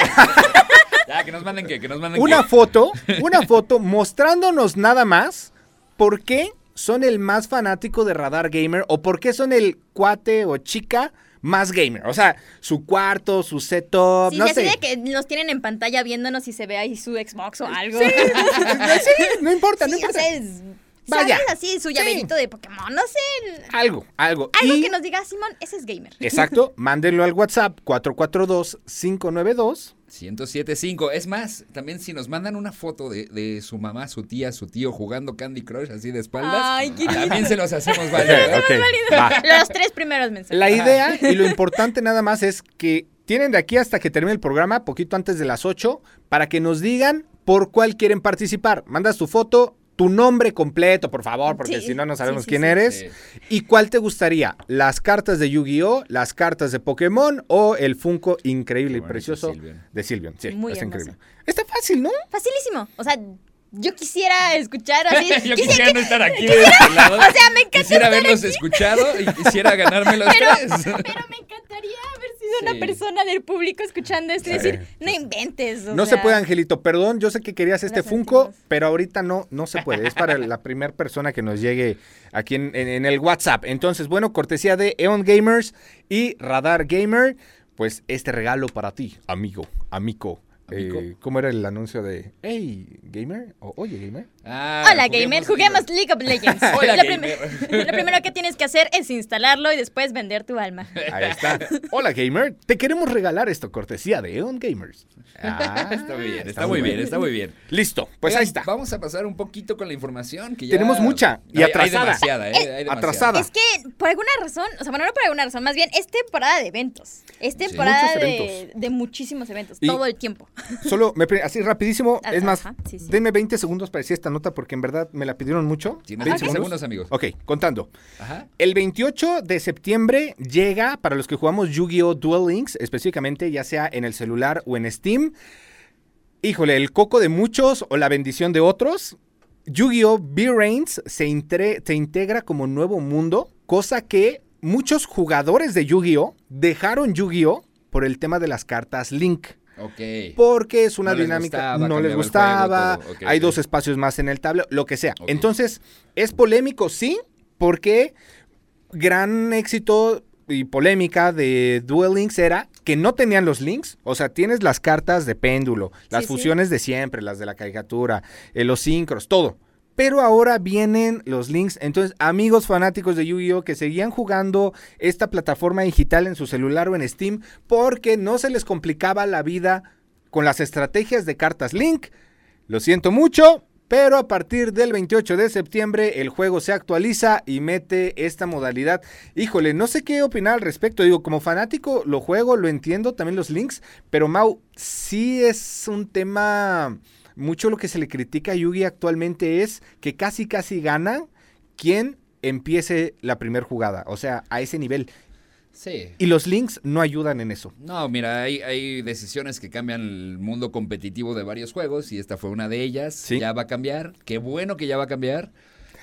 B: Ya, que nos manden qué, que nos manden
A: una
B: qué.
A: foto, una foto mostrándonos nada más por qué son el más fanático de Radar Gamer o por qué son el cuate o chica más gamer. O sea, su cuarto, su setup,
C: Sí,
A: no
C: ya sé
A: sé.
C: de que nos tienen en pantalla viéndonos y se ve ahí su Xbox o algo.
A: Sí, no importa, no
C: Sí, o
A: importa.
C: sea, es-
A: Vaya.
C: ¿sabes? Así, su llaverito de Pokémon, no sé.
A: Algo, algo.
C: Algo
A: Y-
C: que nos diga, "Ah, Simón, ese es gamer.
A: Exacto, mándenlo al WhatsApp 442-592.
B: 1075. Es más, también si nos mandan una foto de, de su mamá, su tía, su tío jugando Candy Crush así de espaldas,
C: Ay, qué
B: también se los hacemos valer. ¿eh?
A: Ok, ok, va.
C: Los tres primeros mensajes.
A: La idea y lo importante nada más es que tienen de aquí hasta que termine el programa, poquito antes de las 8, para que nos digan por cuál quieren participar. Mandas tu foto, tu nombre completo, por favor, porque
C: Sí,
A: si no, no
C: sí,
A: sabemos
C: sí,
A: quién
C: sí.
A: eres. ¿Y cuál te gustaría? ¿Las cartas de Yu-Gi-Oh?, las cartas de Pokémon o el Funko increíble
B: Qué
A: y
B: bonito,
A: precioso
B: Silvian.
A: de Silvian? Sí,
C: Muy
A: está
C: hermoso.
A: increíble. Está fácil, ¿no?
C: Facilísimo. O sea, yo quisiera escuchar así.
B: Yo
C: quisiera
B: quisiera
C: que-
B: no estar aquí de este lado.
C: O sea, me encanta
B: Quisiera
C: estar
B: haberlos escuchado y quisiera ganarme los tres.
C: Pero me encantaría haber sido
B: Sí.
C: una persona del público escuchando esto y
A: Sí.
C: decir, no inventes. o
A: No se
C: sea,
A: puede, Angelito. Perdón, yo sé que querías este
C: Lo
A: Funko,
C: sentimos.
A: pero ahorita no, no se puede. Es para la primera persona que nos llegue aquí en, en- en el WhatsApp. Entonces, bueno, cortesía de Eon Gamers y Radar Gamer, pues este regalo para ti, amigo, amigo. Eh,
B: Amigo.
A: ¿Cómo era el anuncio de Hey Gamer? o Oye Gamer.
B: Ah,
C: Hola gamer, juguemos League of Legends.
B: Hola,
C: lo,
B: gamer.
C: prim- lo primero que tienes que hacer es instalarlo y después vender tu alma.
A: Ahí está. Hola Gamer, te queremos regalar esto, cortesía de Eon Gamers. Ah,
B: Está muy bien, está, muy bien, está muy bien.
A: Listo, pues
B: Oigan,
A: ahí está.
B: Vamos a pasar un poquito con la información que ya...
A: Tenemos mucha y
B: Hay-
A: atrasada.
B: Hay demasiada, ¿eh? Hay demasiada.
A: Atrasada.
C: Es que por alguna razón, o sea, bueno, no por alguna razón, más bien es temporada de eventos. Es temporada
A: Muchos
C: de,
A: eventos.
C: de muchísimos eventos,
A: Y-
C: todo el tiempo.
A: Solo, me pre- así rapidísimo,
C: Ajá,
A: es más,
C: ajá, sí, sí.
A: denme 20 segundos para decir esta nota porque en verdad me la pidieron mucho.
B: Tienes
A: 20
B: 20 segundos, amigos.
A: Ok, contando.
B: Ajá.
A: El 28 de septiembre llega, para los que jugamos Yu-Gi-Oh! Duel Links, específicamente ya sea en el celular o en Steam, híjole, el coco de muchos o la bendición de otros, Yu-Gi-Oh! V-Rains se, intre- se integra como nuevo mundo, cosa que muchos jugadores de Yu-Gi-Oh! dejaron Yu-Gi-Oh! por el tema de las cartas Link
B: Ok.
A: porque es una
B: No les
A: dinámica,
B: gustaba,
A: no les
B: cambiaba el
A: gustaba,
B: juego, todo. Ok,
A: hay
B: ok.
A: dos espacios más en el tablero, lo que sea.
B: Ok.
A: Entonces, es polémico, sí, porque gran éxito y polémica de Duel Links era que no tenían los links. O sea, tienes las cartas de péndulo, las
C: Sí, sí.
A: fusiones de siempre, las de la caricatura, eh, los sincros, todo. Pero ahora vienen los links. Entonces, amigos fanáticos de Yu-Gi-Oh! que seguían jugando esta plataforma digital en su celular o en Steam, porque no se les complicaba la vida con las estrategias de cartas Link. Lo siento mucho, pero a partir del 28 de septiembre el juego se actualiza y mete esta modalidad. Híjole, no sé qué opinar al respecto. Digo, como fanático lo juego, lo entiendo, también los links, pero Mau, sí es un tema... Mucho lo que se le critica a Yugi actualmente es que casi casi gana quien empiece la primera jugada, o sea, a ese nivel.
B: Sí.
A: Y los links no ayudan en eso.
B: No, mira, hay, hay decisiones que cambian el mundo competitivo de varios juegos y esta fue una de ellas.
A: Sí.
B: Ya va a cambiar. Qué bueno que ya va a cambiar.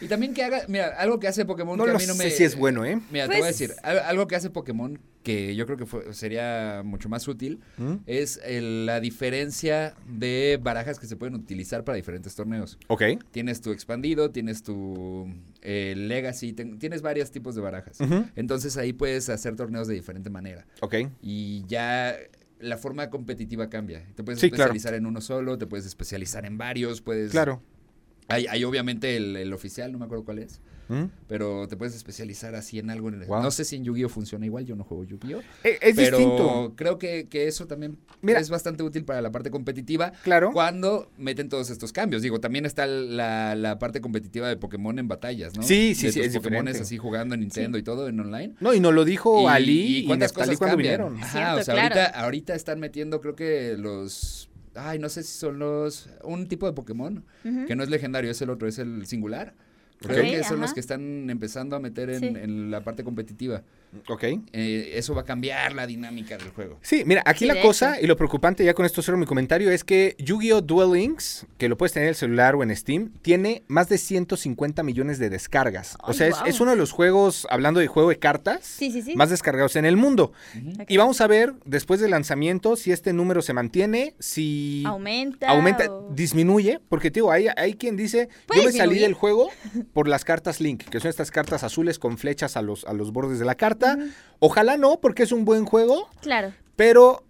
B: Y también que haga, mira, algo que hace Pokémon
A: No
B: que
A: lo
B: a mí no
A: sé
B: me.
A: si es bueno, ¿eh?
B: Mira, te
C: Pues-
B: voy a decir, al- algo que hace Pokémon que yo creo que fue- sería mucho más útil
A: ¿Mm?
B: es el- la diferencia de barajas que se pueden utilizar para diferentes torneos.
A: Ok.
B: Tienes tu expandido, tienes tu eh, legacy, ten- tienes varios tipos de barajas.
A: Ujú.
B: Entonces ahí puedes hacer torneos de diferente manera
A: Ok.
B: y ya la forma competitiva cambia. Te puedes
A: Sí, claro.
B: especializar en uno solo, te puedes especializar en varios, puedes...
A: Claro.
B: Hay, hay obviamente el, el oficial, no me acuerdo cuál es,
A: ¿Mm?
B: pero te puedes especializar así en algo. en el-
A: Guau.
B: No sé si en Yu-Gi-Oh funciona igual, yo no juego Yu-Gi-Oh.
A: Eh, Es
B: pero
A: distinto.
B: creo que, que eso también
A: Mira.
B: es bastante útil para la parte competitiva.
A: Claro.
B: Cuando meten todos estos cambios. Digo, también está la, la parte competitiva de Pokémon en batallas, ¿no?
A: Sí, sí,
B: De
A: sí,
B: tus
A: es
B: Pokémones
A: diferente.
B: así jugando en Nintendo y todo, en online.
A: No, y nos lo dijo
B: Y-
A: Ali
B: y
A: y,
B: cuántas
A: Neftalí
B: cosas
A: cuando
B: cambian.
A: vinieron.
B: Ajá,
C: Cierto,
B: o sea,
C: claro.
B: ahorita, ahorita están metiendo, creo que los. Ay, no sé si son los. Un tipo de Pokémon
C: Ujú.
B: que no es legendario, es el otro, es el singular. Creo
C: Ok,
B: que son
C: ajá.
B: los que están empezando a meter en,
C: Sí.
B: en la parte competitiva.
A: Ok.
B: Eh, eso va a cambiar la dinámica del juego.
A: Sí, mira, aquí
C: Sí,
A: la
C: de
A: cosa
C: hecho.
A: y lo preocupante, ya con esto cierro mi comentario, es que Yu-Gi-Oh! Duel Links, que lo puedes tener en el celular o en Steam, tiene más de 150 millones de descargas. o
C: Ay,
A: sea, es,
C: guau.
A: es uno de los juegos, hablando de juego de cartas,
C: Sí, sí, sí.
A: más descargados en el mundo.
C: Ok.
A: Y vamos a ver, después del lanzamiento, si este número se mantiene, si
C: aumenta.
A: aumenta,
C: o-
A: disminuye, porque te digo, hay, hay quien dice, yo
C: Puede
A: me salí
C: disminuir.
A: del juego por las cartas Link, que son estas cartas azules con flechas a los, a los bordes de la carta. Ojalá no, porque es un buen juego,
C: Claro.
A: pero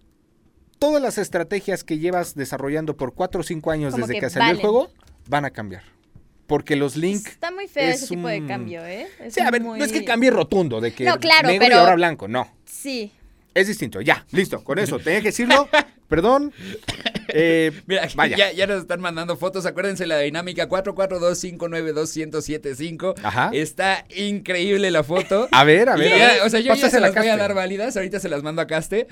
A: todas las estrategias que llevas desarrollando por 4 o 5 años
C: Como
A: desde que,
C: que
A: salió el
C: valen.
A: juego van a cambiar. Porque los Link...
C: Está muy feo
A: es
C: ese tipo
A: un-
C: de cambio, ¿eh? Es
A: Sí, a ver, no es que
C: muy-
A: cambie rotundo, de que
C: No, claro,
A: negro y
C: pero-
A: ahora blanco, no.
C: Sí.
A: Es distinto, ya, listo, con eso. Tenía que decirlo, perdón. eh,
B: Mira, aquí
A: Vaya.
B: ya, ya nos están mandando fotos. Acuérdense la dinámica 442-592-1075.
A: Ajá.
B: Está increíble la foto.
A: a ver, a
B: Y
A: ver. a
B: ya,
A: ver,
B: o sea, yo ya se
A: pásasela,
B: las voy a
A: Casper.
B: dar válidas, ahorita se las mando a Caste.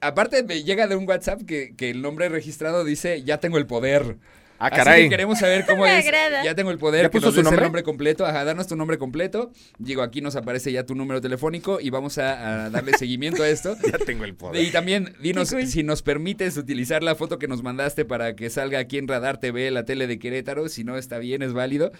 B: Aparte, me llega de un WhatsApp que, que el nombre registrado dice, ya tengo el poder.
A: Ah,
B: Así que
A: caray.
B: queremos saber cómo
C: Me
B: es.
C: agrada.
B: Ya tengo el poder.
A: ¿Ya
B: que
A: puso
B: nos
A: su
B: des
A: nombre?
B: El nombre completo. Ajá, danos tu nombre completo. Digo, aquí nos aparece ya tu número telefónico y vamos a, a darle seguimiento a esto.
A: Ya tengo el poder.
B: Y también, dinos si nos permites utilizar la foto que nos mandaste para que salga aquí en Radar TV, la tele de Querétaro. Si no, está bien, es válido.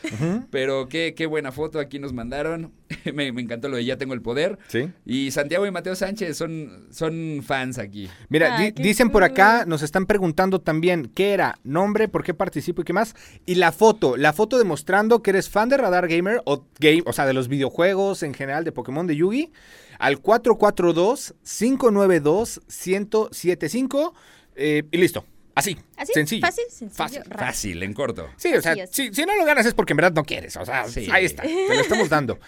B: Pero qué, qué buena foto aquí nos mandaron. me, me encantó lo de Ya Tengo el Poder.
A: Sí.
B: Y Santiago y Mateo Sánchez son, son fans aquí.
A: Mira,
C: Ay,
A: di-
C: qué
A: dicen por
C: cool.
A: acá, nos están preguntando también qué era, nombre, por qué participo y qué más. Y la foto, la foto demostrando que eres fan de Radar Gamer o game, o sea, de los videojuegos en general de Pokémon de Yugi, al 442-592-1075 eh, y listo. Así,
C: ¿Así?
A: sencillo.
C: Fácil, sencillo,
A: Fácil,
C: rápido.
B: Fácil, en corto.
A: Sí, o sea,
C: Así es.
A: si, si no lo ganas es porque en verdad no quieres, o sea,
B: Sí.
A: ahí está, te lo estamos dando.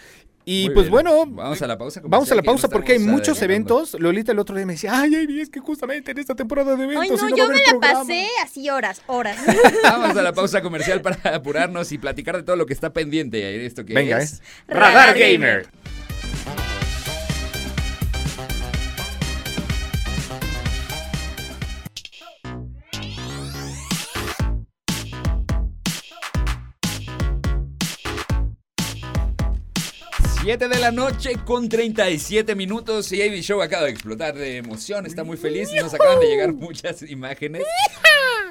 A: Y
B: Muy
A: pues
B: bien.
A: bueno,
B: vamos a la pausa. comercial,
A: Vamos a la
B: que ya
A: pausa
B: nos
A: porque hay
B: estamos
A: muchos
B: adelantando.
A: eventos. Lolita el otro día me decía, ay, Ivy, es que justamente en esta temporada de eventos.
C: Ay,
A: y
C: no,
A: va a
C: yo
A: haber
C: me la
A: programa".
C: pasé así horas, horas.
B: Vamos a la pausa comercial para apurarnos y platicar de todo lo que está pendiente en esto que
A: Venga,
B: es.
A: ¿eh?
C: Radar Gamer.
B: Siete de la noche con 37 minutos y Ivy Show acaba de explotar de emoción, está muy feliz, nos acaban de llegar muchas imágenes.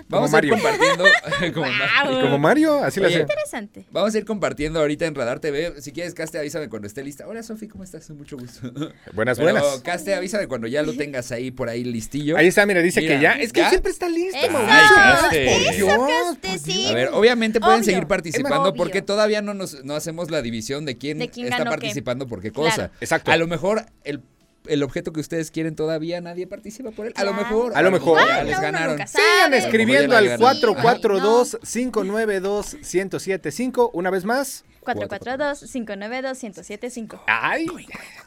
B: Vamos a ir
A: Mario.
B: compartiendo como Mario.
A: Y como Mario, así la
B: Oye,
A: hace.
C: Interesante.
B: Vamos a ir compartiendo ahorita en Radar TV. Si quieres, Caste, avísame cuando esté lista. Hola, Sofi, ¿cómo estás? Mucho gusto.
A: Buenas,
B: Pero,
A: buenas.
B: Caste, avísame cuando ya lo tengas ahí por ahí listillo.
A: Ahí está, mira, dice
B: Mira,
A: que ya. Es que
B: ¿ya?
A: siempre está lista.
C: Eso,
A: Mauricio,
B: Caste.
A: por Dios, por
C: Caste, sí.
A: Dios.
B: A ver, obviamente pueden
C: Obvio.
B: seguir participando
C: Obvio.
B: porque todavía no nos no hacemos la división de quién,
C: De quién
B: está
C: ganó qué.
B: participando por qué
C: Claro.
B: cosa.
A: Exacto.
B: A lo mejor el el objeto que ustedes quieren todavía, nadie participa por él. A lo
C: Claro.
B: mejor.
A: A lo mejor.
B: ya
A: Ay,
B: les
C: no, uno
B: ganaron.
C: nunca sabe.
A: Sigan
C: Sabe.
A: escribiendo
B: Como
A: al
B: ya la ganaron.
A: 442-592-1075. Una vez más.
C: 442-592-1075.
A: ¡Ay!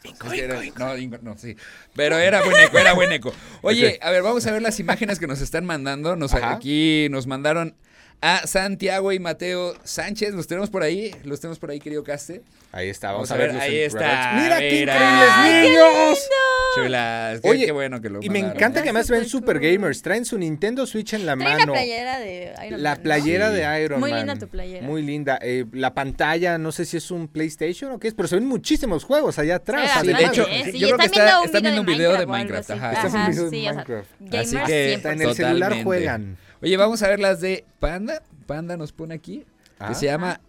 B: Es que era- no, Ingo- no, sí. Pero era buen eco, era buen eco. Oye, a ver, vamos a ver las imágenes que nos están mandando. Nos,
A: Ajá.
B: aquí nos mandaron a Santiago y Mateo Sánchez. Los tenemos por ahí, los tenemos por ahí, querido Caste.
C: Ah.
A: Ahí está, vamos, a
B: Vamos a
A: ver.
B: ver, ahí está.
A: Mira qué
B: Mira.
A: increíbles
B: ¡Ay,
A: niños.
B: Chulas, qué,
A: Oye,
B: qué bueno que lo
A: y me
B: mandaron. ¿eh?
A: encanta que además
C: Está
A: ven super
C: súper cool.
A: gamers. Traen su Nintendo Switch en la
C: Trae la
A: mano.
C: playera de Iron
A: La
C: Man, ¿no?
A: playera
B: Sí.
A: de Iron
C: Muy
A: Man.
C: linda tu playera.
A: Muy linda. Eh, la pantalla, no sé si es un PlayStation o qué es, pero se ven muchísimos juegos allá atrás.
C: Sí,
B: de
A: además.
C: además,
B: hecho,
C: ¿eh?
B: yo
C: Sí,
B: creo que
C: están
B: está-
C: viendo
B: están viendo un video de
C: o algo
B: Minecraft,
C: así.
B: ajá.
A: Están
C: Ajá,
A: viendo un
C: sí,
A: video de
C: o sea,
A: Minecraft.
B: Así
C: gamers
B: que
A: Está en
C: 100%.
A: el celular
B: Totalmente.
A: juegan.
B: Oye, vamos a ver las de Panda. Panda nos pone aquí.
A: Ah.
B: Que se llama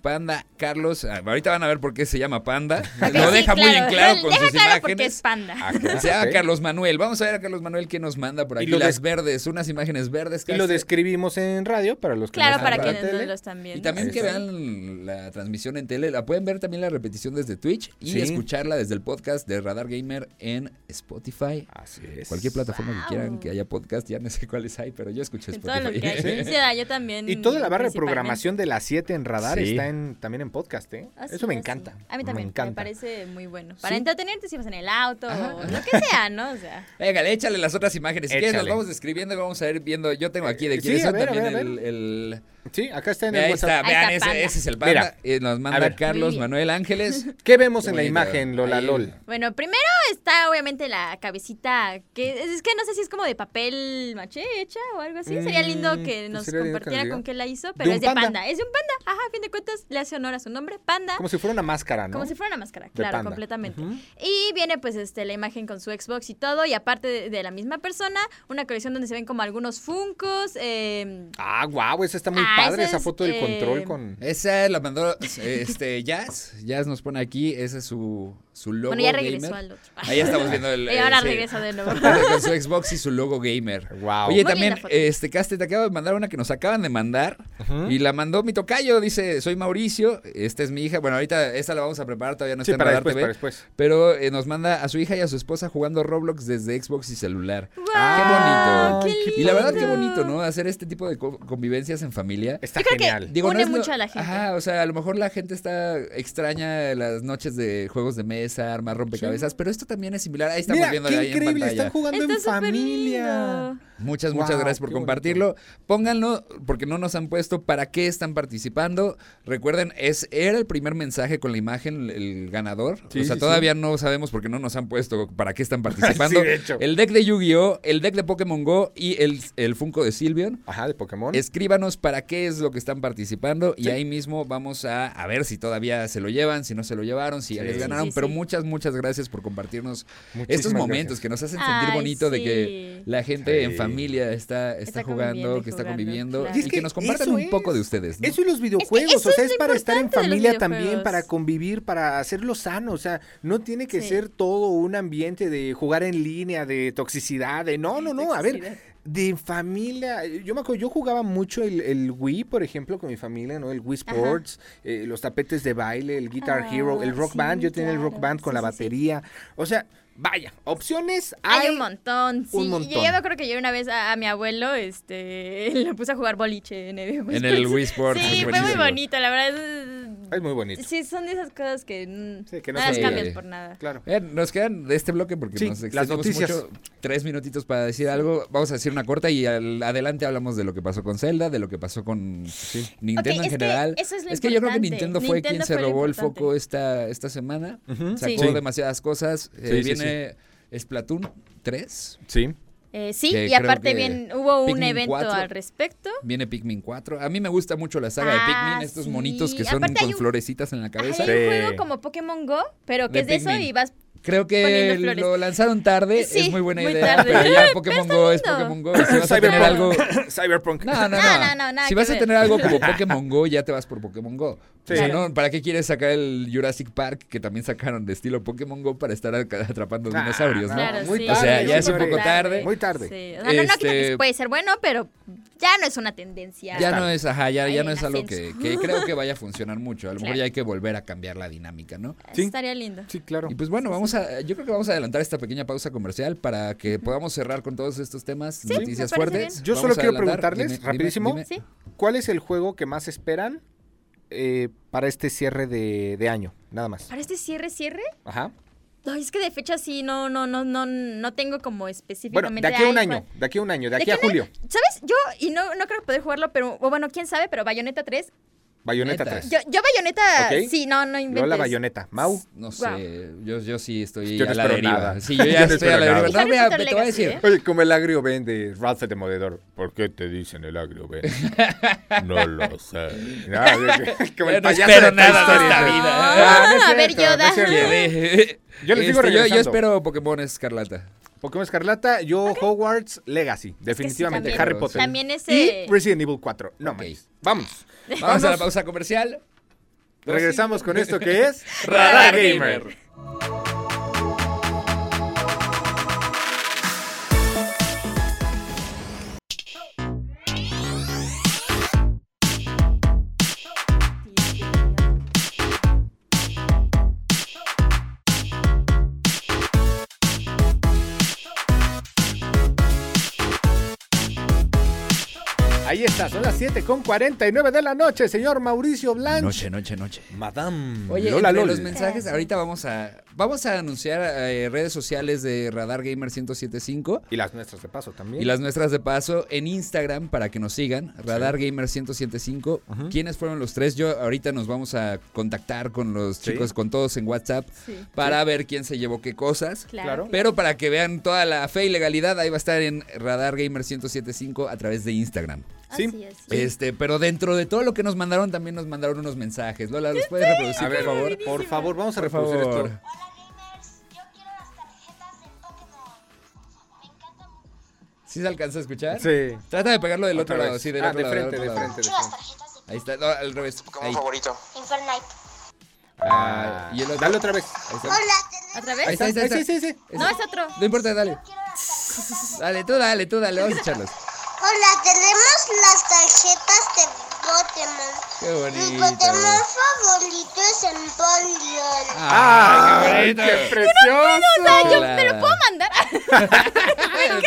B: Panda Carlos. Ah, Ahorita van a ver por qué se llama Panda.
C: Ok,
B: Lo
C: sí,
B: deja muy en claro
C: Lo
B: con
C: deja
B: sus
C: claro porque
B: imágenes.
C: es
A: Ah,
C: panda.
B: Que Se llama
A: Ok.
B: ah, Carlos Manuel. Vamos a ver a Carlos Manuel que nos manda por
A: Y
B: aquí.
A: lo
B: las
A: des-
B: verdes, unas imágenes verdes.
A: Y lo
B: Caster.
A: describimos en radio para los que
C: Claro,
A: no
C: para
A: saben
B: quienes
A: la
C: quienes no
A: tele.
C: lo están viendo.
B: Y también
A: Ahí
B: que
A: está.
B: vean la transmisión en tele. La pueden ver también la repetición desde Twitch y
A: Sí.
B: escucharla desde el podcast de Radar Gamer en Spotify.
A: Así es.
B: Cualquier plataforma que quieran
C: Wow.
B: que haya podcast, ya no sé cuáles hay, pero yo escuché
C: En todo lo
B: Spotify.
C: que hay. Sí, ah, yo también.
A: Y toda la barra de
C: principalmente.
A: programación de las 7 en radar
B: Sí.
A: está en, también en podcast, ¿eh?
C: Así
A: Eso me
C: es,
A: encanta.
C: Ah, sí. A mí también.
A: Me
C: Me,
A: encanta.
C: parece muy bueno. Para
B: Sí.
C: entretenerte si vas en el auto
B: Ajá.
C: o lo que sea, ¿no? O sea.
B: Venga, échale las otras imágenes. Si quieres, las
A: Échale.
B: vamos describiendo y vamos a ir viendo. Yo tengo aquí
A: Eh,
B: de
A: sí,
B: quiénes
A: a
B: son
A: ver, a
B: también
A: ver, a
B: el. el-
A: Sí, acá está en el
B: Ahí
A: WhatsApp.
B: está,
C: Ahí está
B: vean, ese,
C: Panda.
B: ese es el panda. Eh, nos manda
A: ver.
B: Carlos
C: Muy bien.
B: Manuel Ángeles.
A: ¿Qué vemos en la
B: Bonito.
A: imagen, Lola
B: Ahí.
A: LOL?
C: Bueno, primero está obviamente la cabecita que es, es que no sé si es como de papel maché hecha o algo así. sería
A: Mm,
C: lindo que
A: pues
C: nos
A: sería lindo que nos
C: compartiera
A: diga.
C: con qué la hizo,
A: De
C: pero
A: un
C: es de
A: panda.
C: panda. Es de un panda. Ajá, a fin de cuentas le hace honor a su nombre, panda.
A: Como si fuera una máscara, ¿no?
C: Como si fuera una máscara, claro,
A: panda.
C: completamente.
A: Ujú.
C: Y viene pues este la imagen con su Xbox y todo, y aparte de, de la misma persona, una colección donde se ven como algunos funcos. eh,
A: Ah, guau, esa está muy
C: Ah,
A: padre,
C: esa
A: esa
C: es,
A: foto del
C: eh,
A: control con...
B: Esa la mandó este, Jazz. Jazz nos pone aquí. Ese es su, su logo.
C: bueno, ya regresó
B: gamer.
C: al otro.
B: Ahí ya estamos viendo el.
C: y ahora
B: eh, sí.
C: regresa de nuevo.
B: Con su Xbox y su logo gamer.
A: Wow.
B: Oye,
C: Muy
B: también,
C: linda foto.
B: este, Caste, te acabo de mandar una que nos acaban de mandar.
A: Ujú.
B: Y la mandó mi tocayo. Dice: Soy Mauricio. Esta es mi hija. Bueno, ahorita esta la vamos a preparar. Todavía no
A: sí,
B: está en
A: para
B: Radar
A: después,
B: TV.
A: para después.
B: Pero eh, nos manda a su hija y a su esposa jugando Roblox desde Xbox y celular.
A: Ah,
B: ¡Qué
A: qué
B: bonito!
A: bonito.
B: y la verdad, qué bonito, ¿no? Hacer este tipo de co- convivencias en familia.
A: Está
C: creo que-
A: genial.
C: Une
B: es lo-
C: mucho a la gente.
B: Ajá, o sea, a lo mejor la gente está extraña las noches de juegos de mesa, armar rompecabezas, pero esto también es similar. Ahí estamos
A: Mira,
B: viendo
A: qué
B: ahí en
A: increíble,
B: pantalla.
A: están jugando
C: Está
A: en
C: súper
A: familia.
C: lindo.
B: Muchas,
A: Guau,
B: muchas gracias por
A: qué bonito.
B: compartirlo. Pónganlo, porque no nos han puesto para qué están participando. Recuerden, es, era el primer mensaje con la imagen, el, el ganador.
A: Sí,
B: o sea,
A: sí,
B: todavía no sabemos por qué no nos han puesto para qué están participando.
A: Sí, de hecho.
B: El deck de Yu-Gi-Oh!, el deck de Pokémon Go y el, el Funko de Silvion.
A: Ajá, de Pokémon.
B: Escríbanos para qué es lo que están participando y ahí mismo vamos a, a ver si todavía se lo llevan, si no se lo llevaron, si ya
A: Sí.
B: les
A: Sí,
B: ganaron.
C: sí,
B: Pero
C: sí.
B: muchas, muchas gracias por compartirnos estos
A: Muchísimas gracias.
B: momentos que nos hacen sentir
C: Ay,
B: bonito de que
C: sí.
B: la gente
A: Sí.
B: en familia está, está,
C: Está
B: jugando,
C: conviviendo,
B: que está
C: jugando,
B: conviviendo y,
C: claro. Y es
B: que
A: que
B: nos compartan
A: eso
B: un poco
A: es.
B: de ustedes. ¿no?
A: Eso y los videojuegos,
C: eso
A: o sea,
C: es
A: es
C: lo
A: para estar en
C: importante de los
A: familia también,
C: videojuegos.
A: para convivir, para hacerlo sano, o sea, no tiene que
C: Sí.
A: ser todo un ambiente de jugar en línea, de toxicidad, de no, no, no, a ver,
C: Toxicidad.
A: de familia, yo me acuerdo, yo jugaba mucho el, el Wii, por ejemplo, con mi familia, ¿no? El Wii
C: Ajá.
A: Sports, eh, los tapetes de baile, el Guitar
C: Ah,
A: Hero, el Rock
C: sí,
A: Band, yo tenía el Rock
C: claro,
A: Band con
C: sí,
A: la
C: sí, sí.
A: batería, o sea, vaya, opciones hay,
C: Hay, un montón, sí.
A: un
C: Y
A: montón.
C: Yo ya me acuerdo que yo una vez a, a mi abuelo este, le puse a jugar boliche en el Wii
B: En el
C: Sports.
B: Wii Sports,
C: Sí, fue muy
B: buenísimo.
C: bonito, la verdad. es-
A: es muy bonito.
C: Sí, son de esas cosas que, mm,
A: Sí, que no
C: no,
A: se
C: las
B: olvida.
C: cambias por nada.
A: Claro.
B: Eh, nos quedan de este bloque porque
A: Sí,
B: nos
A: las
B: extendimos
A: noticias.
B: mucho. Tres minutitos para decir algo. Vamos a decir una corta y al- adelante hablamos de lo que pasó con Zelda, de lo que pasó con Nintendo
C: Ok,
B: en
C: es que
B: general.
C: eso es lo
B: que yo creo que
C: importante.
B: Nintendo fue
C: Nintendo
B: quien se
C: fue lo
B: robó el
C: importante.
B: foco esta, esta semana. Sacó
A: Sí.
B: demasiadas cosas. Eh,
A: Sí, sí,
B: viene Splatoon 3.
A: Sí.
C: Eh, sí,
B: Que
C: y
B: creo
C: aparte
B: que
C: bien, hubo un
B: Pikmin
C: evento
B: 4.
C: al respecto.
B: Viene Pikmin 4. A mí me gusta mucho la saga de
C: Ah,
B: Pikmin, estos
C: sí.
B: monitos que son
C: Aparte hay
B: con
C: un-
B: florecitas en la
C: Ajá,
B: cabeza.
C: hay un
A: Sí.
C: juego como Pokémon Go, pero
B: De
C: que es de eso
B: Pikmin.
C: y vas
B: Creo que
C: Poniendo
B: lo
C: flores.
B: lanzaron tarde, es
C: Sí,
B: muy buena
C: muy
B: idea.
C: tarde.
B: Pero ya
C: Pero
B: Pokémon
C: está
B: Go es
C: lindo.
B: Pokémon Go. Si vas a tener algo.
A: Cyberpunk.
B: No, no, no.
C: No, no, no, nada
B: si
C: que
B: vas a
C: ver.
B: tener algo como Pokémon Go, ya te vas por Pokémon Go.
A: Sí.
B: O sea,
A: Claro.
B: no, ¿para qué quieres sacar el Jurassic Park que también sacaron de estilo Pokémon Go para estar aca- atrapando
A: Ah,
B: dinosaurios, no?
A: claro,
C: Claro,
A: muy
C: sí.
B: tarde, O sea, ya es un
A: señores.
B: poco tarde.
A: Muy tarde.
C: Sí, o sea, no, no quita que
B: Este-
C: puede ser bueno, pero ya no es una tendencia.
B: Ya no es, ajá, ya,
C: Ahí
B: ya no
C: en
B: es algo que,
C: ascenso.
B: que creo que vaya a funcionar mucho. A lo mejor
C: Claro.
B: ya hay que volver a cambiar la dinámica, ¿no?
A: Sí.
C: Estaría lindo.
A: Sí, claro.
B: Y pues bueno, vamos a, yo creo que vamos a adelantar esta pequeña pausa comercial para que podamos cerrar con todos estos temas, noticias
C: me parece
B: fuertes.
C: bien.
A: Yo
B: pues, Vamos
A: solo
B: a
A: quiero
B: adelantar.
A: preguntarles,
B: Dime, dime,
A: rapidísimo.
B: dime.
C: Sí.
A: ¿Cuál es el juego que más esperan eh, para este cierre de, de año? Nada más.
C: Para este cierre, cierre.
A: Ajá.
C: Ay, es que de fecha sí, no, no, no, no, no tengo como específicamente.
A: Bueno, de aquí a
C: ay,
A: un año,
C: cuál.
A: de aquí a un año, de
C: ¿De
A: aquí a
C: qué año?
A: julio.
C: ¿Sabes? Yo, y no, no creo poder jugarlo, pero, o bueno, quién sabe, pero Bayonetta 3.
A: Bayoneta
B: Neta.
A: 3.
C: Yo, yo Bayonetta,
A: Ok.
C: sí, no, no inventes.
A: Lola Bayoneta. Mau.
B: No sé,
C: Guau.
B: yo, yo sí estoy
A: Yo no
B: a la
A: espero
B: deriva.
A: nada.
B: Sí, yo
A: Yo
B: ya
A: no
B: estoy a la
A: espero
B: deriva.
A: nada.
B: No,
C: Y
B: vea,
C: Harry
B: te
C: Potter
B: voy a
C: Legacy,
B: decir.
C: ¿eh?
A: Oye, como el agrio ven de Ralph el Demodedor. ¿Por qué te dicen el agrio ven? No lo sé. No, como
B: Yo no
A: payaso
B: espero
A: de Toy
B: nada de
A: Story,
B: esta
A: ¿no?
B: vida. ¿eh?
A: Ah, no es
C: Ah, a ver,
A: cierto, no es
C: Yoda.
A: cierto. Yo les digo
B: Este, yo, yo
A: regresando.
B: espero Pokémon Escarlata.
A: Pokémon Escarlata, yo Hogwarts Legacy, definitivamente.
C: también.
A: Harry Potter.
C: También ese-
A: Y Resident Evil 4. No
B: Ok.
A: manches. Vamos.
B: Vamos a la pausa comercial.
A: Regresamos con esto que es
B: Radar Gamer.
A: Ahí está, son las 7 con 49 de la noche, señor Mauricio Blanch.
B: Noche, noche, noche.
A: Madame
B: Oye,
A: Lola
B: entre
A: Lol.
B: los mensajes, ahorita vamos a vamos a anunciar eh, redes sociales de Radar Gamer 1075
A: Y las nuestras de paso también.
B: y las nuestras de paso en Instagram para que nos sigan, Radar Gamer 1075. ¿Quiénes fueron los tres? Yo ahorita nos vamos a contactar con los
A: Sí.
B: chicos, con todos en WhatsApp
C: Sí.
B: para ver quién se llevó qué cosas.
A: Claro.
C: Claro.
B: Pero para que vean toda la fe y legalidad, ahí va a estar en Radar Gamer 1075 a través de Instagram.
A: Sí.
C: Así es.
B: Este, pero dentro de todo lo que nos mandaron, también nos mandaron unos mensajes. Lola, ¿los puedes reproducir,
A: a ver,
B: por favor?
A: por favor, vamos a
B: Por
A: reproducir
B: favor.
A: esto.
F: Hola gamers, yo quiero las tarjetas de Pokémon. Me encanta mucho.
B: ¿Sí se alcanza a escuchar?
A: Sí.
B: Trata de pegarlo del
A: Otra
B: otro lado,
A: vez.
B: sí, del
A: Ah,
B: otro
A: de
B: lado. del
A: frente,
B: otro
A: de
B: lado.
A: frente.
F: Quiero las tarjetas de
B: Ahí está, no, al revés. Ahí.
G: favorito.
F: Infernipe.
A: Ah,
B: y el otro.
A: Dale otra vez.
B: Ahí está.
C: ¿Otra
B: Ahí
C: vez?
B: está, ahí está, ahí
A: Sí,
B: está.
A: sí, sí.
C: No, es otro.
B: No importa, dale. Dale, tú dale, tú dale, vamos a echarlos.
F: Hola, tenemos las tarjetas de Pokémon.
B: Qué
F: Mi
B: bonito.
F: Pokémon favorito es Empoleon.
A: ¡Ay, qué
C: Ah,
A: precioso!
C: yo me lo puedo mandar.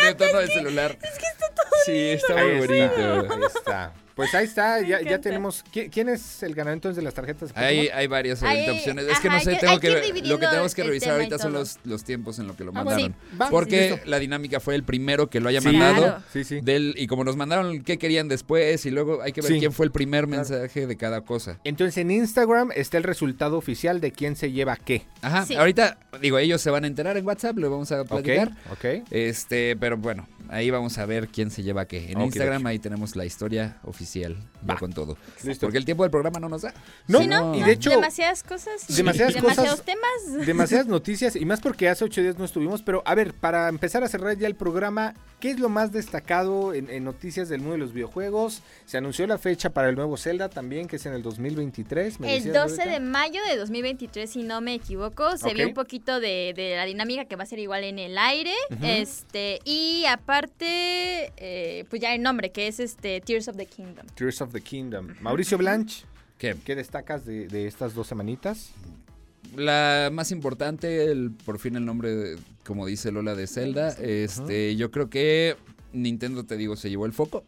B: El tono de celular. Es que está todo Sí, está muy
A: Ahí está,
B: bonito.
A: ahí está. Pues ahí está, ya, ya
C: encanta.
A: tenemos. ¿Qui- ¿Quién es el ganador entonces de las tarjetas? de Pokémon?
B: Hay, hay varias ahorita
C: Ahí,
B: opciones. Es que
C: ajá,
B: no sé,
C: hay que-
B: tengo
C: hay
B: que
C: que ir
B: ver. Lo que
C: dividiendo
B: tenemos que
C: el
B: revisar
C: tema y
B: ahorita son
C: todo.
B: los, los tiempos en lo que lo
A: Ah, bueno.
B: mandaron.
A: Sí, va,
B: Porque
A: listo.
B: la dinámica fue el primero que lo haya
A: Sí.
B: mandado.
C: Claro.
A: Sí, sí.
B: Del, y como nos mandaron qué querían después, y luego hay que ver
A: Sí.
B: quién fue el primer mensaje de cada cosa.
A: Entonces en Instagram está el resultado oficial de quién se lleva qué.
B: Ajá,
C: Sí.
B: ahorita, digo, ellos se van a enterar en WhatsApp, lo vamos a
A: ¿Ok?
B: platicar.
A: ¿Ok?
B: Este, pero bueno, ahí vamos a ver quién se lleva qué. En
A: Ok,
B: Instagram
A: ok.
B: ahí tenemos la historia oficial, va
A: Va.
B: con todo.
A: Listo.
B: Porque el tiempo del programa no nos da. Ah,
A: No,
C: Sí, no,
A: y
C: no,
A: de hecho,
C: demasiadas cosas. y
A: demasiadas cosas.
C: Demasiados temas.
A: demasiadas noticias y más porque hace ocho días no estuvimos, pero a ver, para empezar a cerrar ya el programa, ¿qué es lo más destacado en, en noticias del mundo de los videojuegos? Se anunció la fecha para el nuevo Zelda también, que es en el 2023. me
C: El
A: decías
C: 12 de
A: ahorita.
C: mayo de 2023, si no me equivoco, se
A: Ok.
C: vio un poquito de, de la dinámica que va a ser igual en el aire. Este, y aparte, eh, pues ya el nombre, que es este Tears of the Kingdom.
A: Tears of the Kingdom. Mauricio Blanch,
B: ¿Qué?
A: ¿qué destacas de, de estas dos semanitas?
B: La más importante, el- por fin el nombre, de- como dice Lola de Zelda. Este, yo creo que Nintendo, te digo, se llevó el foco.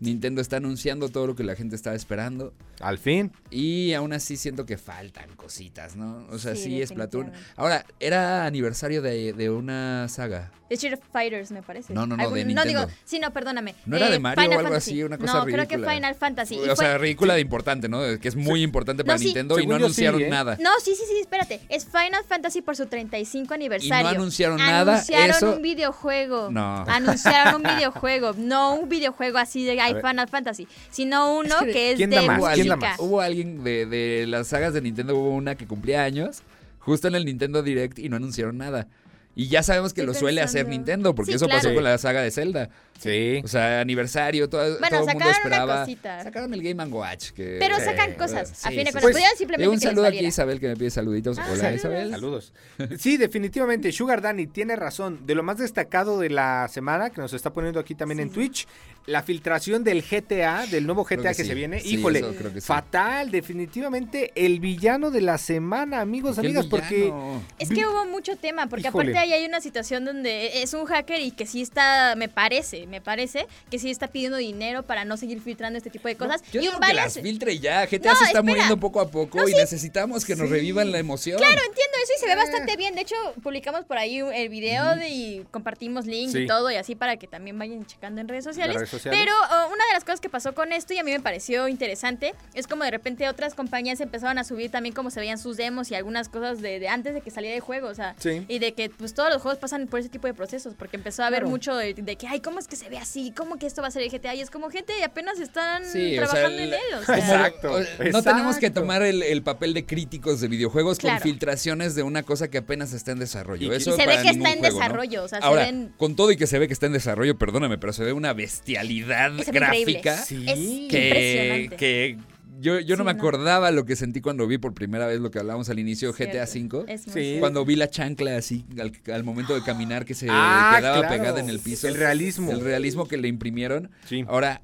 B: Nintendo está anunciando todo lo que la gente estaba esperando.
A: Al fin.
B: Y aún así siento que faltan cositas, ¿no? O sea,
C: Sí,
B: sí, es Platón.
C: definitivamente.
B: Ahora, era aniversario de, de una saga.
C: The Street Fighters, me parece.
B: No, no, no, de
C: no
B: Nintendo.
C: digo, sí, no, perdóname. Eh,
B: ¿No era de Mario
C: Final
B: o algo
C: Fantasy.
B: así? Una cosa
C: No, creo que
B: ridícula.
C: Final Fantasy. y
B: o sea,
C: fue-
B: ridícula de importante, ¿no? Que es muy importante para
C: No, sí.
B: Nintendo y
A: Según
B: no
A: yo sí,
B: anunciaron
A: ¿eh?
B: nada.
C: No, sí, sí, sí, espérate. Es Final Fantasy por su 35 aniversario.
B: anunciaron nada,
C: Anunciaron
B: eso-
C: un videojuego.
B: No.
C: Anunciaron un videojuego. No un videojuego así de hay
A: ver.
C: Final Fantasy, sino uno
B: que-
C: que, es
A: ¿Quién
C: de
A: da más?
B: Hubo
A: ¿Quién
B: alguien,
A: la
C: música.
A: más?
B: hubo alguien de, de las sagas de Nintendo, hubo una que cumplía años, justo en el Nintendo Direct y no anunciaron nada. Y ya sabemos que
C: Estoy
B: lo suele hacer
C: pensando.
B: Nintendo, porque
C: Sí,
B: eso pasó
C: claro.
B: con la saga de Zelda.
A: Sí.
B: O sea, aniversario, todo,
C: Bueno,
B: todo el mundo
C: sacaron una
B: esperaba.
C: cosita.
B: Sacaron el Game Watch. Que,
C: Pero
B: Sí.
C: sacan cosas, a fin de cuentas.
B: Pues,
C: Podrían simplemente
B: eh, un
C: que les
B: saludo aquí a
C: valiera.
B: Isabel que me pide saluditos.
C: Ah,
B: Hola,
C: saludos.
B: Isabel.
A: Saludos. Sí, definitivamente. Sugar Danny tiene razón. De lo más destacado de la semana que nos está poniendo aquí también en Twitch la filtración del GTA, del nuevo
B: Creo
A: GTA que,
B: que sí.
A: se viene,
B: Sí,
A: híjole,
B: eso creo que sí.
A: fatal, definitivamente el villano de la semana, amigos,
B: ¿Por qué el
A: amigas, porque
B: villano?
C: Es que hubo mucho tema, porque
A: Híjole.
C: aparte ahí hay una situación donde es un hacker y que sí está, me parece, me parece, que sí está pidiendo dinero para no seguir filtrando este tipo de cosas.
B: Yo
C: y
B: digo que
C: varias-
B: las filtre ya. GTA
C: No,
B: se está
C: espera.
B: muriendo poco a poco
C: No,
B: y
C: sí.
B: necesitamos que nos revivan la emoción.
C: Claro, entiendo eso y se ve bastante bien. De hecho, publicamos por ahí el video de- y compartimos link
A: Sí.
C: y todo y así para que también vayan checando en redes sociales.
A: redes sociales.
C: Pero oh, una de las cosas que pasó con esto y a mí me pareció interesante es como de repente otras compañías empezaron a subir también como se veían sus demos y algunas cosas de, de antes de que saliera el juego, o sea,
A: Sí.
C: y de que pues todos los juegos pasan por ese tipo de procesos porque empezó a haber
A: Claro.
C: mucho de, de que, ay, ¿cómo es que se ve así? ¿Cómo que esto va a ser el GTA? Y es como gente apenas están
B: Sí, o sea,
C: trabajando
B: el-
C: en él, o sea,
A: Exacto,
B: O- No
A: exacto.
B: tenemos que tomar el, el papel de críticos de videojuegos
C: Claro.
B: con filtraciones de una cosa que apenas está en desarrollo.
A: Y-
B: Eso
C: y se ve
B: para
C: que está
B: ningún
C: en
B: juego, ¿no?
C: desarrollo, o sea, se
B: Ahora,
C: ven-
B: con todo y que se ve que está en desarrollo, perdóname, pero se ve una bestialidad
C: es increíble.
B: gráfica
A: Sí.
C: Es
B: que,
C: impresionante.
B: que yo, yo no
C: Sí,
B: me
C: no.
B: acordaba lo que sentí cuando vi por primera vez lo que hablábamos al inicio de GTA
C: Cierto.
B: V.
C: Es muy
A: Sí.
C: cierto.
B: Cuando vi la chancla así al, al momento de caminar que se
A: Ah,
B: quedaba
A: claro.
B: pegada en el piso.
A: El realismo.
B: El realismo que le imprimieron.
A: Sí.
B: Ahora,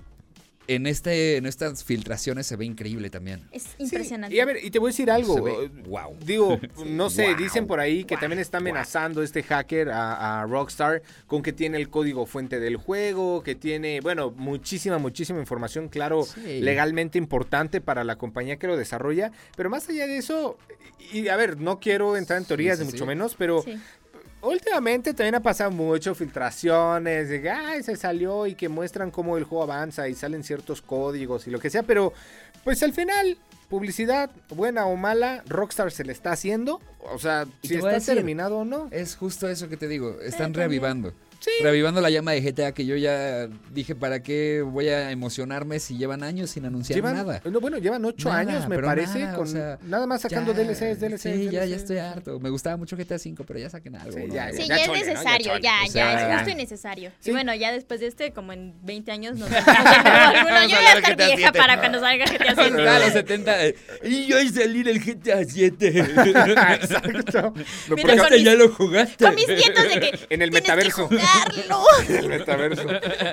B: en este, en estas filtraciones se ve increíble también.
C: Es
A: Sí,
C: impresionante.
A: Y a ver, y te voy a decir
B: Se
A: algo.
B: ve-
A: eh,
B: wow.
A: Digo, no sé,
B: Wow,
A: dicen por ahí que también está amenazando este hacker a, a Rockstar con que tiene el código fuente del juego, que tiene, bueno, muchísima, muchísima información, claro,
B: Sí.
A: legalmente importante para la compañía que lo desarrolla. Pero más allá de eso, y a ver, no quiero entrar en teorías,
B: sí,
A: ni
B: sí.
A: mucho menos, pero
C: Sí.
A: Últimamente también ha pasado mucho filtraciones de que "Ay, se salió y que muestran cómo el juego avanza y salen ciertos códigos y lo que sea, pero pues al final, publicidad, buena o mala, Rockstar se le está haciendo. O sea,
B: Y
A: si
B: te voy a
A: está
B: decir-
A: terminado o no.
B: Es justo eso que te digo. Están
A: Eh,
C: también.
B: reavivando. Reavivando la llama de GTA que yo ya dije, ¿para qué voy a emocionarme si llevan años sin anunciar
A: Llevan,
B: nada?
A: no, bueno, llevan ocho
B: Nada,
A: años, me
B: pero
A: parece,
B: nada, o
A: con
B: sea,
A: nada más sacando
B: Ya,
A: DLCs, DLCs.
B: Sí, ya, ya
A: DLCs.
B: estoy harto. Me gustaba mucho GTA V, pero ya saquen algo.
A: Sí,
B: ¿no?
A: ya,
C: Sí,
A: ya
C: ya, es
A: chole, ¿no? Ya
C: necesario,
A: chole.
C: ya,
B: O
C: ya,
B: sea, ya.
C: es justo y necesario.
A: Sí.
C: Y bueno, ya después de este, como en 20 años, nos vamos a alguno.
B: Vamos a
C: Yo voy a
B: hablar
C: estar
B: GTA
C: vieja
B: siete.
C: para cuando salga GTA
B: Ahí está, los
C: V.
B: 70. eh, Y yo hice salir el GTA 7.
A: Exacto. Lo
C: Mira,
A: proca-
C: con mis-
B: ya lo jugaste.
C: Con mis nietos de que.
A: En el
C: "Tienes que
A: metaverso".
C: jugarlo.
A: El metaverso.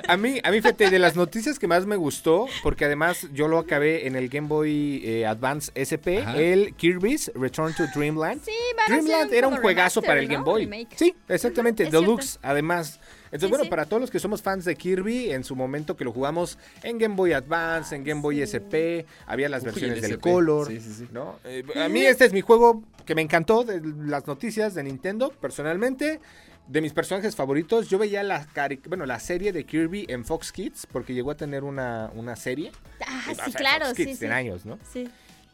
A: A mí, a mí, fíjate, de las noticias que más me gustó, porque además yo lo acabé en el Game Boy eh, Advance SP,
B: Ajá.
A: el Kirby's Return to Dreamland.
C: Sí, van a hacer
A: Dreamland
C: un
A: era un
C: como
A: juegazo
C: remaster,
A: para el
C: ¿no?
A: Game Boy.
C: Remake.
A: Sí, exactamente,
C: Ujú, es
A: Deluxe, además. Entonces,
C: Sí,
A: bueno,
C: sí.
A: para todos los que somos fans de Kirby, en su momento que lo jugamos en Game Boy Advance,
C: Ah,
A: en Game Boy SP, había las
B: Uy,
A: versiones
B: el
A: del
B: SP,
A: Color,
B: sí, sí, sí.
A: ¿no? Eh, a mí este es mi juego que me encantó de las noticias de Nintendo, personalmente. De mis personajes favoritos, yo veía la, cari- bueno, la serie de Kirby en Fox Kids, porque llegó a tener una, una serie.
C: Ah,
A: O sea,
C: sí, claro,
A: Fox
C: sí,
A: Kids
C: sí.
A: en años, ¿no?
C: Sí.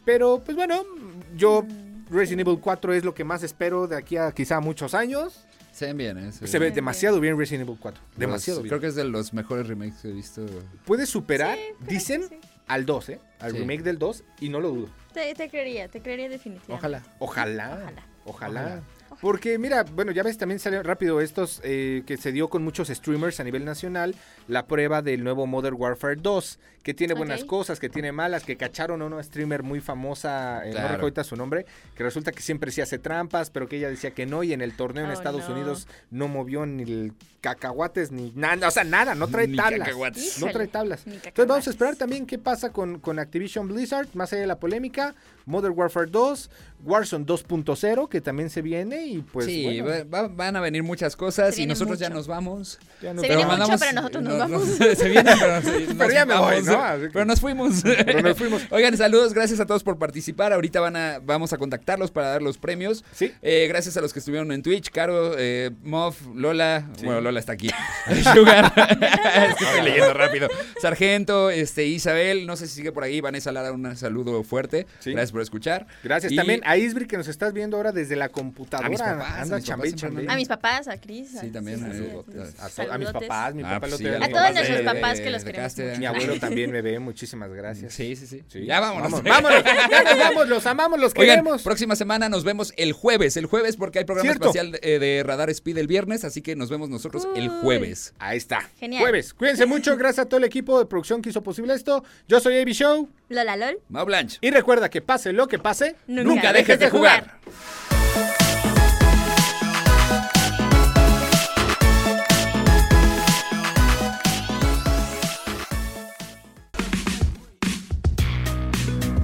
A: Pero, pues bueno, yo
C: Mm.
A: Resident Evil 4 es lo que más espero de aquí a quizá muchos años.
B: Se ven bien, ¿eh?
A: Se ve
B: bien.
A: demasiado bien Resident Evil 4. Demasiado
B: Los-
A: bien.
B: Creo que es de los mejores remakes que he visto.
A: Puede superar, dicen,
C: sí.
A: al 2, ¿eh? Al
B: Sí.
A: remake del 2, y no lo dudo.
C: Te, te creería, te creería definitivamente.
B: Ojalá.
A: Ojalá. Ojalá.
C: Ojalá.
A: Ojalá. Porque mira, bueno, ya ves, también salió rápido estos eh, que se dio con muchos streamers a nivel nacional, la prueba del nuevo Modern Warfare 2, que tiene buenas
C: Ok.
A: cosas, que tiene malas, que cacharon a una streamer muy famosa, eh, no
B: Claro.
A: recuerdo ahorita su nombre, que resulta que siempre sí hace trampas, pero que ella decía que no, y en el torneo en
C: Oh,
A: Estados
C: no.
A: Unidos no movió ni el cacahuates, ni nada, o sea, nada, no trae
B: Ni
A: tablas.
B: cacahuates.
A: No trae
C: Híjole,
A: tablas.
C: ni
A: Entonces vamos a
C: cacahuates.
A: esperar también qué pasa con, con Activision Blizzard, más allá de la polémica, Modern Warfare 2, Warzone 2.0, que también se viene y pues...
B: sí,
A: bueno,
B: va- va- van a venir muchas cosas y
C: Se viene
B: nosotros ya
C: mucho.
B: nos vamos.
A: ya nos
C: Se
A: vamos.
C: viene mucho, pero nosotros nos vamos.
B: se viene, pero, nos-
A: Pero ya me voy,
B: vamos, eh.
A: ¿no? Así que-
B: Pero nos fuimos.
A: Pero nos fuimos.
B: Oigan, saludos, gracias a todos por participar. Ahorita van a, vamos a contactarlos para dar los premios.
A: Sí.
B: Eh, gracias a los que estuvieron en Twitch, Caro, eh, Moff, Lola. Bueno, Lola está aquí. Sugar. Es que estoy leyendo rápido. Sargento, este, Isabel, no sé si sigue por ahí. Vanessa Lara, un saludo fuerte.
A: Sí.
B: Gracias por escuchar.
A: Gracias
B: Y-
A: también a Isbri que nos estás viendo ahora desde la computadora.
B: A mis papás,
A: Anda,
B: a mis
A: chambe,
B: papás siempre
A: chambe.
B: me-
C: A mis papás, a Cris. a-
B: Sí, también,
C: sí, sí,
B: eh,
C: sí, sí.
A: A, to- a mis
C: Saludotes.
A: papás, mi
B: Ah,
A: papá
B: pues
A: lo
B: sí,
A: tiene
B: los
A: mi
C: A todos
A: papá
B: papás
A: de-
C: nuestros
B: de-
C: papás que
B: de-
C: los
B: de
C: queremos
B: Caster.
C: mucho.
A: Mi abuelo también me ve, muchísimas gracias.
B: Sí, sí, sí.
A: Sí.
B: Ya vámonos.
A: Vámonos, vámonos, vámonos, los amamos, los
B: Oigan,
A: queremos.
B: próxima semana nos vemos el jueves. El jueves porque hay programa
A: Cierto.
B: especial eh, de Radar Speed el viernes, así que nos vemos nosotros el
C: Cool.
B: jueves.
A: Ahí está.
C: Genial.
A: Jueves. Cuídense mucho, gracias a todo el equipo de producción que hizo posible esto. Yo soy AB Show
C: Lola Lol.
B: Mau Blanche.
A: y recuerda que pase lo que pase,
C: Nunca dejes de jugar.